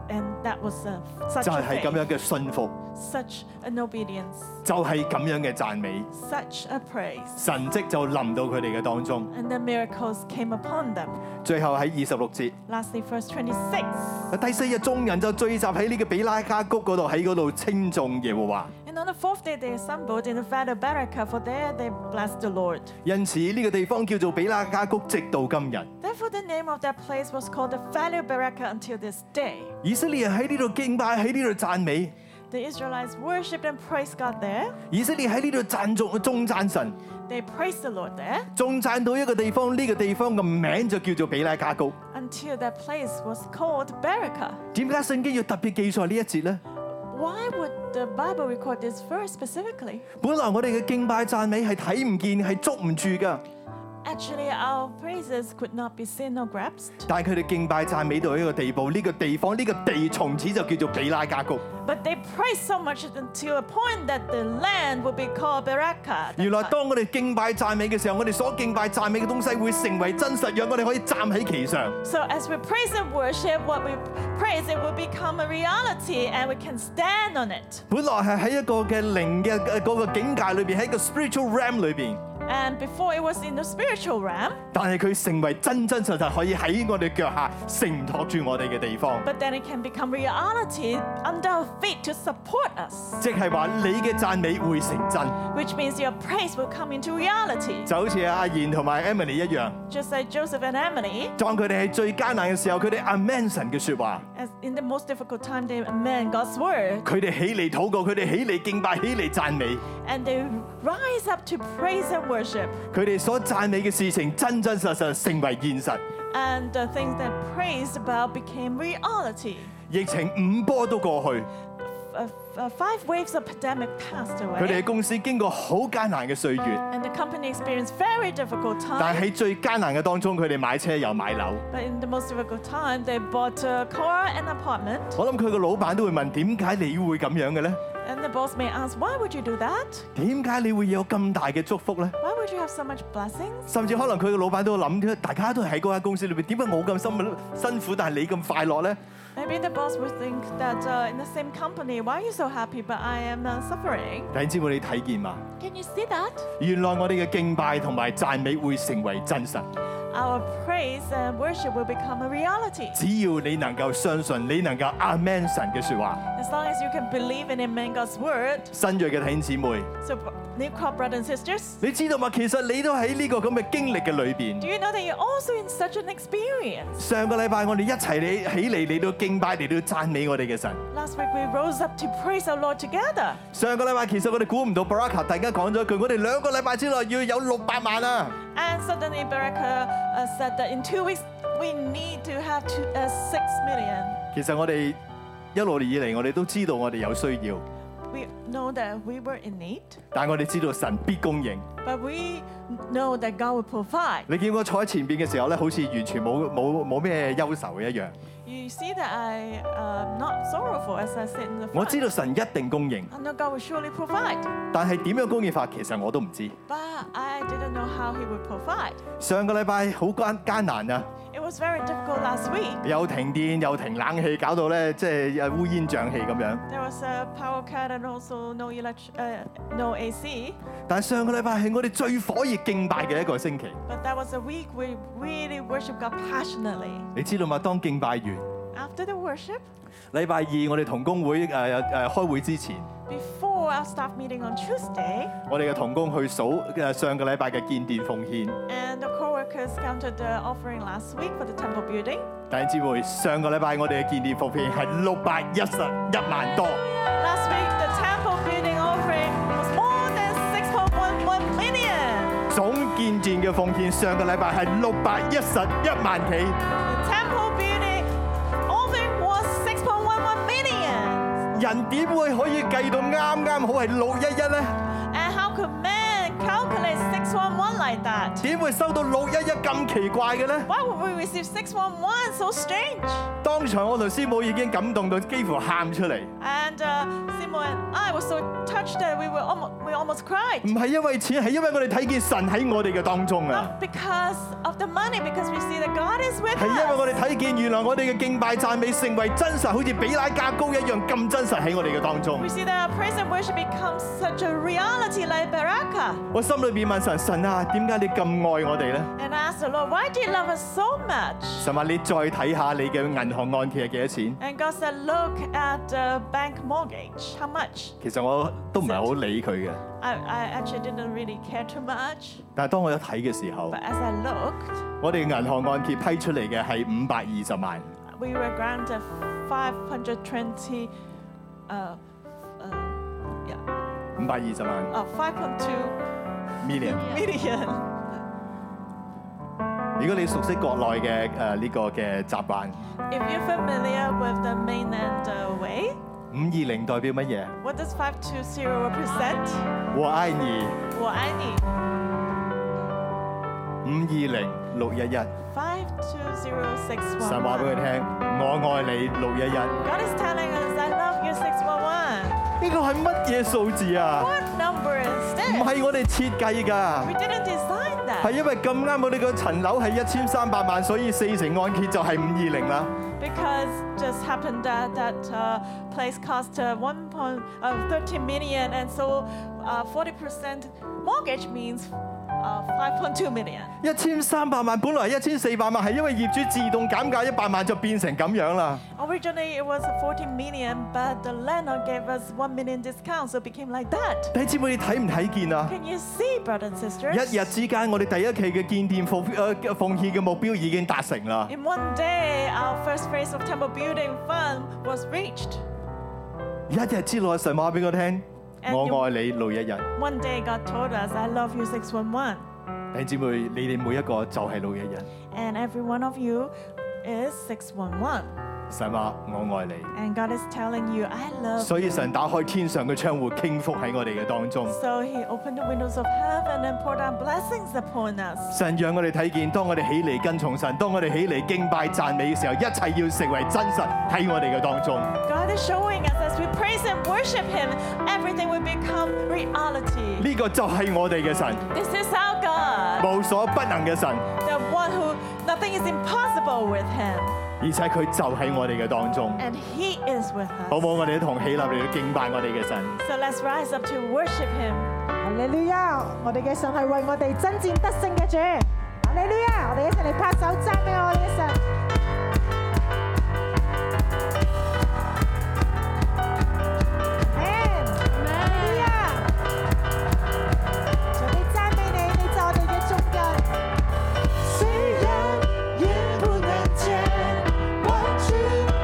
B: And that was a, such
H: 就
B: a
H: 係、咁
B: faith,
H: 樣嘅信服，
B: such an obedience,
H: 就係、咁樣嘅讚美，
B: such a praise.
H: 神蹟就臨到佢哋嘅當中。
B: And the miracles came upon them.
H: 最後喺二十六節，
B: Lastly, verse 26.
H: 第四日眾人就聚集喺呢個比拉加谷嗰度，喺嗰度稱頌耶和華。
B: And on the fourth day they assembled in the fat of Baraka, for there they blessed the Lord.
H: 因此呢個地方叫做比拉加谷，直到今日。
B: Therefore the name of that place was called the Valley of Baraka until this day.
H: 以色列人喺呢度敬拜，喺呢度讚美。
B: The Israelites worshipped and praised God there.
H: 以色列喺呢度讚頌中讚神，
B: They praised the Lord there
H: 中讚到一個地方，呢、個地方嘅名就叫做比拉加谷。
B: until that place was called Baraka.
H: 點解聖經要特別記載呢一節呢？
B: Why would the Bible record this verse specifically?
H: 本來我哋嘅敬拜讚美係睇唔見，係捉唔住噶，
B: Actually, our praises could not be seen or grasped,
H: 但係佢哋敬拜讚美到一個地步，呢、個地方呢、個地從此就叫做比拉加谷。
B: but they praised so much until a point that the land would be called Baraka.
H: 原來當我哋敬拜讚美嘅時候，我哋所敬拜讚美嘅東西會成為真實，讓我哋可以站喺其上。
B: So as we praise and worship, what we praise, it will become a reality and we can stand on it.
H: 呃本來係喺一個嘅靈嘅嗰個境界裏邊，喺一個 spiritual realm 裏邊，
B: And before it was in the spiritual realm,
H: 但係佢成為真真實實可以喺我哋腳下承托住我哋嘅地方，
B: but then it can become reality under our feet to support us,
H: 即係話你嘅讚美會成真，
B: which means your praise will come into reality.
H: 就好似阿賢同埋 Emily 一樣。
B: Just like Joseph and Emily,
H: 當佢哋喺最艱難嘅時候，佢哋 amen 神嘅説話，
B: as in the most difficult time, they amend God's word
H: 佢哋起嚟禱告，佢哋起嚟敬拜，起嚟讚美，
B: and they rise up to praise and worship.
H: 佢哋所讚美嘅事情真真實實成為現實。
B: And the things that praised about became reality.
H: 疫情五波都過去，
B: F- uh, five waves of pandemic passed
H: 佢
B: away,
H: 哋嘅公司經過好艱難嘅歲月，
B: and the company experienced very difficult
H: 但
B: time.
H: 係喺最艱難嘅當中，佢哋買車又買樓。
B: But in the most difficult time, they bought a car and apartment.
H: 我諗佢個老闆都會問：點解你會咁樣嘅呢？
B: And the boss may ask, why would you do that?
H: 點解你會有咁大嘅祝福呢？
B: Why would you have so much blessings?
H: 甚至可能佢個老闆都會諗：大家都喺嗰間公司裏邊，點解我咁辛辛苦，但係你咁快樂呢？
B: Maybe the boss would think that uh, in the same company, why are you so happy, but I am uh, suffering?
H: 弟兄姊妹，你睇見嘛？
B: Can you see that?
H: 原來我哋嘅敬拜同埋讚美會成為真實，
B: Our praise and worship will become a reality.
H: 只要你能夠相信，你能夠 Amen 神嘅説話。
B: As long as you can believe in and in God's word.
H: 新锐嘅弟兄姊妹，
B: So, new crop brothers and sisters,
H: 你知道嘛？其實你都喺呢個咁嘅經歷嘅裏邊
B: do。you know that you're also in such an experience?
H: 上個禮拜我哋一齊嚟起嚟嚟到敬拜，嚟到讚美我哋嘅神。
B: Last week we rose up to praise our Lord together.
H: 上個禮拜其實我哋估唔到 Baraka 突然間講咗一句：我哋兩個禮拜之內要有六百萬啊！
B: And suddenly Baraka uh, said that in two weeks we need to have two, uh, six million.
H: 其實我哋一路以嚟，我哋都知道我哋有需要，
B: We know that we were in need,
H: 但我哋知道神必供應。
B: but we know that God will provide.
H: 你見我坐喺前邊嘅時候咧，好似完全冇冇冇咩憂愁一樣。
B: You see that I am not sorrowful as I sit in the
H: 我知
B: front.
H: 道神一定供應，
B: I know God will surely provide,
H: 但係點樣供應法其實我都唔知。
B: but I didn't know how He would provide.
H: 上個禮拜好艱艱難啊，
B: It was very difficult last week.
H: 又停電又停冷氣，搞到咧即係烏煙瘴氣咁樣。
B: There was a power cut and also no elect- uh, no AC.
H: 但係上個禮拜係我哋最火熱敬拜嘅一個星期。
B: But that was a week we really worship God passionately.
H: 你知道嘛？當敬拜完，
B: After the worship,
H: 禮拜二我哋同工會誒誒、呃呃開會之前，
B: before our staff meeting on Tuesday,
H: 我哋嘅同工去數誒上個禮拜嘅建殿奉獻。
B: and the co-workers counted the offering last week for the temple building.
H: 弟兄姊妹，上個禮拜我哋嘅建殿奉獻係六百一十一萬多。
B: Last week, the temple building offering was more than 6.11 million.
H: 總建戰嘅奉獻上個禮拜係六百一十一萬幾，
B: The temple building offering was 6.11 million.
H: 人點會可以計到啱啱好係六一一呢？
B: And how could man calculate 611 like that?
H: 點會收到六一一咁奇怪嘅呢？
B: Why would we receive 611 so strange?
H: 當場我同師母已經感動到幾乎喊出嚟，
B: And uh, Simo and I were so touched that we were almost, we almost cried.
H: 唔係因為錢，係因為我哋睇見神喺我哋嘅當中啊！
B: Not because of the money, because we see that God is with
H: 係因為我
B: us.
H: 哋睇見原來我哋嘅敬拜讚美成為真實，好似比拉加高一樣咁真實喺我哋嘅當中
B: We。see that our praise and worship becomes such a reality like Baraka.
H: 我心裏邊問神：神啊，點解你咁愛我哋呢？
B: and asked the Lord, Why do you love us so much?
H: 神話你再睇下你嘅銀行按揭係幾多錢？
B: And God said, Look at the bank mortgage. How much?
H: 其實我都唔係好理佢嘅，
B: I, I actually didn't really care too much.
H: 但係當我一睇嘅時候
B: But，as I looked,
H: 我哋銀行按揭批出嚟嘅係五百二十萬，
B: we were granted 520, uh, uh, yeah,
H: 五百二十萬
B: uh, 5.2
H: Oh， million。
B: million.
H: 如果你熟悉國內嘅誒呢個嘅習慣，
B: If you're familiar with the mainland uh, way,
H: 五二零代表乜嘢？
B: what does 520 represent?
H: 和 I 二
B: Well, I need
H: 五二零六一一。神話俾
B: 52061.
H: 佢聽，我愛你六一一。呢
B: God is telling us, I love you 611.
H: 個係乜嘢數字啊？
B: What number is
H: 唔
B: this?
H: 係我哋設計㗎，
B: We didn't design
H: 係
B: that
H: 因為咁啱我哋個層樓係一千三百萬，所以四成按揭就係五二零啦。
B: because just happened that that uh, place cost uh, 1 point, uh, 13 million and so uh, 40% mortgage means uh, 5.2 million.
H: 一千三百萬本來一千四百萬，係因為業主自動減價一百萬就變成咁樣啦。
B: Originally it was 14 million, but the landlord gave us 1 million discount, so it became like that.
H: 弟兄姊妹，你睇唔睇見啊？
B: Can you see, brothers and sisters?
H: 一日之間，我哋第一期嘅建店奉誒奉獻嘅目標已經達成啦。
B: In one day, our first phase of temple building fund was reached.
H: 一日之內，神話俾我聽，我愛你路一日。
B: One day, God told us, I love you 611.
H: 弟兄姊妹，你哋每一個就係路一日。
B: And every one of you is 611.
H: 神話我愛你，
B: And God is telling you, I love
H: 所以神打開天上嘅窗戶，傾覆喺我哋嘅當中
B: you.。So he opened the windows of heaven and poured out blessings upon us.
H: 神讓我哋睇見，當我哋起嚟跟從神，當我哋起嚟敬拜讚美嘅時候，一切要成為真實喺我哋嘅當中。
B: God is showing us as we praise and worship him, everything will become reality.
H: 呢個就係我哋嘅神，
B: This is our God,
H: 無所不能嘅神，
B: the one who nothing is impossible with him,
H: 而且佢就喺我哋嘅當中，
B: and he is with us.
H: 好唔好？我哋一同起立嚟到敬拜我哋嘅神。
B: So let's rise up to worship him.
I: 哈利路亞！我哋嘅神係為我哋爭戰得勝嘅主。哈利路亞！我哋一齊嚟拍手讚美我哋嘅神。Amen！哈利路亞！上帝讚美你，你就我哋嘅中間。
J: 虽然也不能见，万军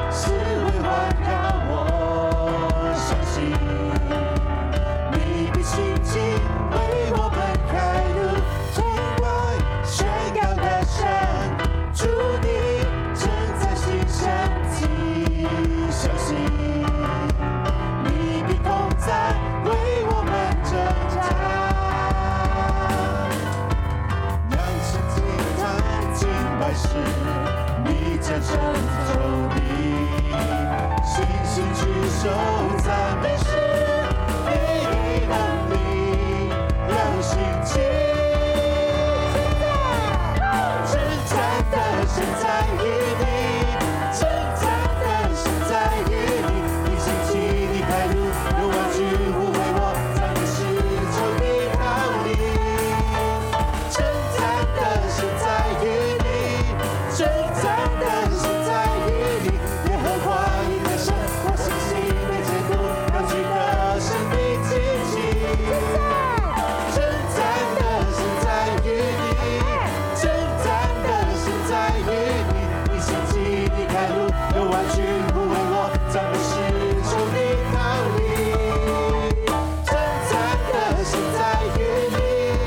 J: 是会环绕我，相信你必亲近为我们开路，对外宣告的神，祝你正在新生期，相信你必同在，为我们征战。让神敬坛敬拜时，你将胜仇敌；信心举手赞美时，你能力让心情。正在的神在于你，正在的神在于你，你信心你开路，有万军护卫我，赞美时仇敌逃离。称赞的是在于你，称赞的是在于你。耶和华你的神，我信心被解读，高举的是你自己。称赞的是在于你，称赞的是在于你。你信心你开路，有万军护卫我，赞美是从你逃离。称赞的是在于你，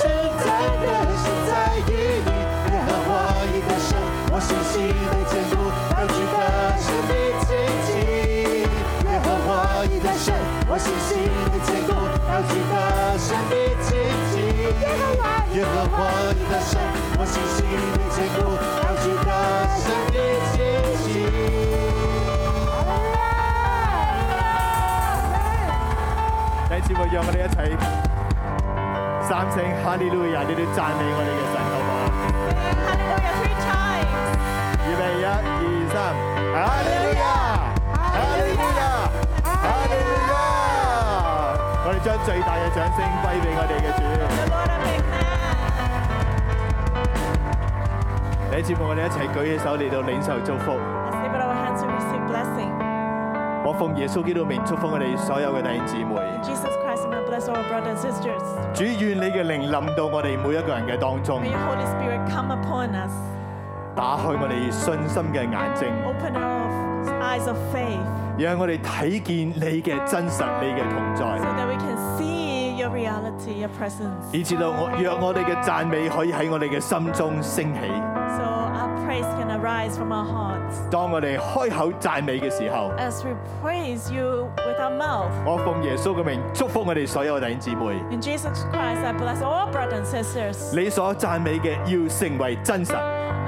J: 称赞的是在于你。耶和华你的神，我信心被坚固，高举的是你自己。耶和华你的神，我信心被坚固，高举的是你自己。耶和华你的神，我信心被坚固，高举的是你自己。
H: 弟兄姊妹，讓我哋一齊三聲哈利路亞，你哋讚美我哋嘅神，好唔好啊？
B: Hallelujah three times.
H: 預備一、二、三，哈利路亞，哈利路亞，哈利路亞！我哋將最大嘅掌聲歸俾我哋嘅主。
B: The Lord a big man.
H: 弟兄姊妹，我哋一齊舉起手嚟到領受祝福。
B: Let's lift our hands to receive blessing.
H: 我奉耶穌基督名祝福我哋所有嘅弟兄姊妹。
B: Jesus Christ, and bless all our brothers and sisters.
H: 主願你嘅靈臨到我哋每一個人嘅當中
B: May，your Holy Spirit come upon us.
H: 打開我哋信心嘅眼睛，
B: Open our eyes of faith
H: 讓我哋睇見你嘅真實，你嘅同
B: so
H: 在，
B: that we can see your reality, your presence.
H: 以至到我讓我哋嘅讚美可以喺我哋嘅心中升起。
B: So our praise can arise from our hearts.
H: 當我哋開口讚美嘅時候，
B: As we praise you with our mouth.
H: 我奉耶穌嘅名祝福我哋所有弟兄姊妹。
B: In Jesus Christ, I bless all brothers and sisters.
H: 你所讚美嘅要成為真實，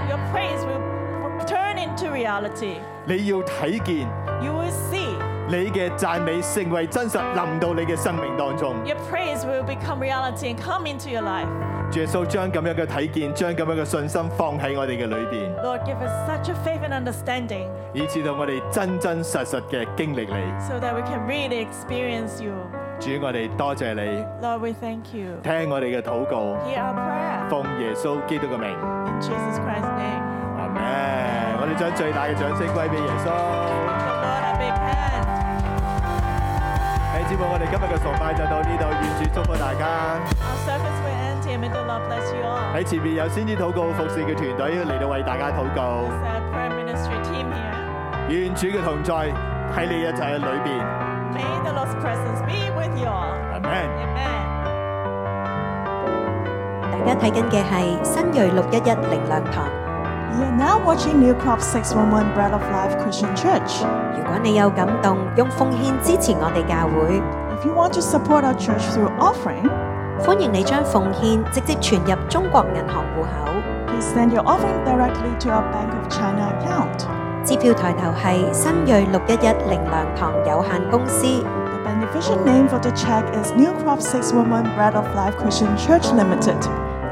B: Your praise will turn into reality.
H: 你要睇見
B: You will see.
H: 你嘅讚美成為真實，臨到你嘅生命當中。
B: Your praise will become reality and come into your life.
H: 耶穌將咁樣嘅睇見，將咁樣嘅信心放喺我哋嘅裏邊，
B: Lord, give us such a faith and understanding
H: 以至到我哋真真實實嘅經歷你。
B: so that we can really experience you.
H: 主，我哋多謝你
B: Lord, we thank you.
H: 聽我哋嘅禱告，
B: Hear our
H: 奉耶穌基督嘅名，
B: prayer in Jesus Christ's name.
H: 阿咩？我哋將最大嘅掌聲歸俾耶穌。
B: Come, Lord, a big hand.
H: 弟兄姊妹，我哋今日嘅崇拜就到呢度，願主祝福大家。
B: Our service will end here. May the Lord bless you all.
H: 喺前面有先知禱告服侍嘅團隊嚟到為大家禱告，
B: It's our prayer ministry team here.
H: 願主嘅同在喺你一切嘅裏邊。
B: May the Lord's presence be with you all.
H: 阿門。
B: Amen.
E: 大家睇緊嘅係新锐六一一靈糧堂。
B: You're now watching New Crop 611 Bread of Life Christian Church.
E: 如果你有感動，用奉獻支持我哋教會，
B: If you want to support our church through offering,
E: 歡迎你將奉獻直接存入中國銀行户口。
B: please send your offering directly to our Bank of China account.
E: 支票抬頭係新锐六一一靈糧堂有限公司。
B: The beneficial name for the check is New Crop 611 Bread of Life Christian Church Limited.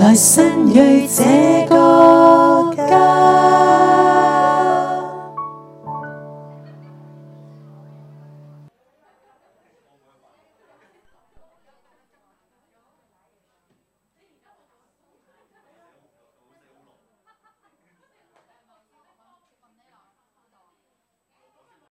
C: 來新锐這個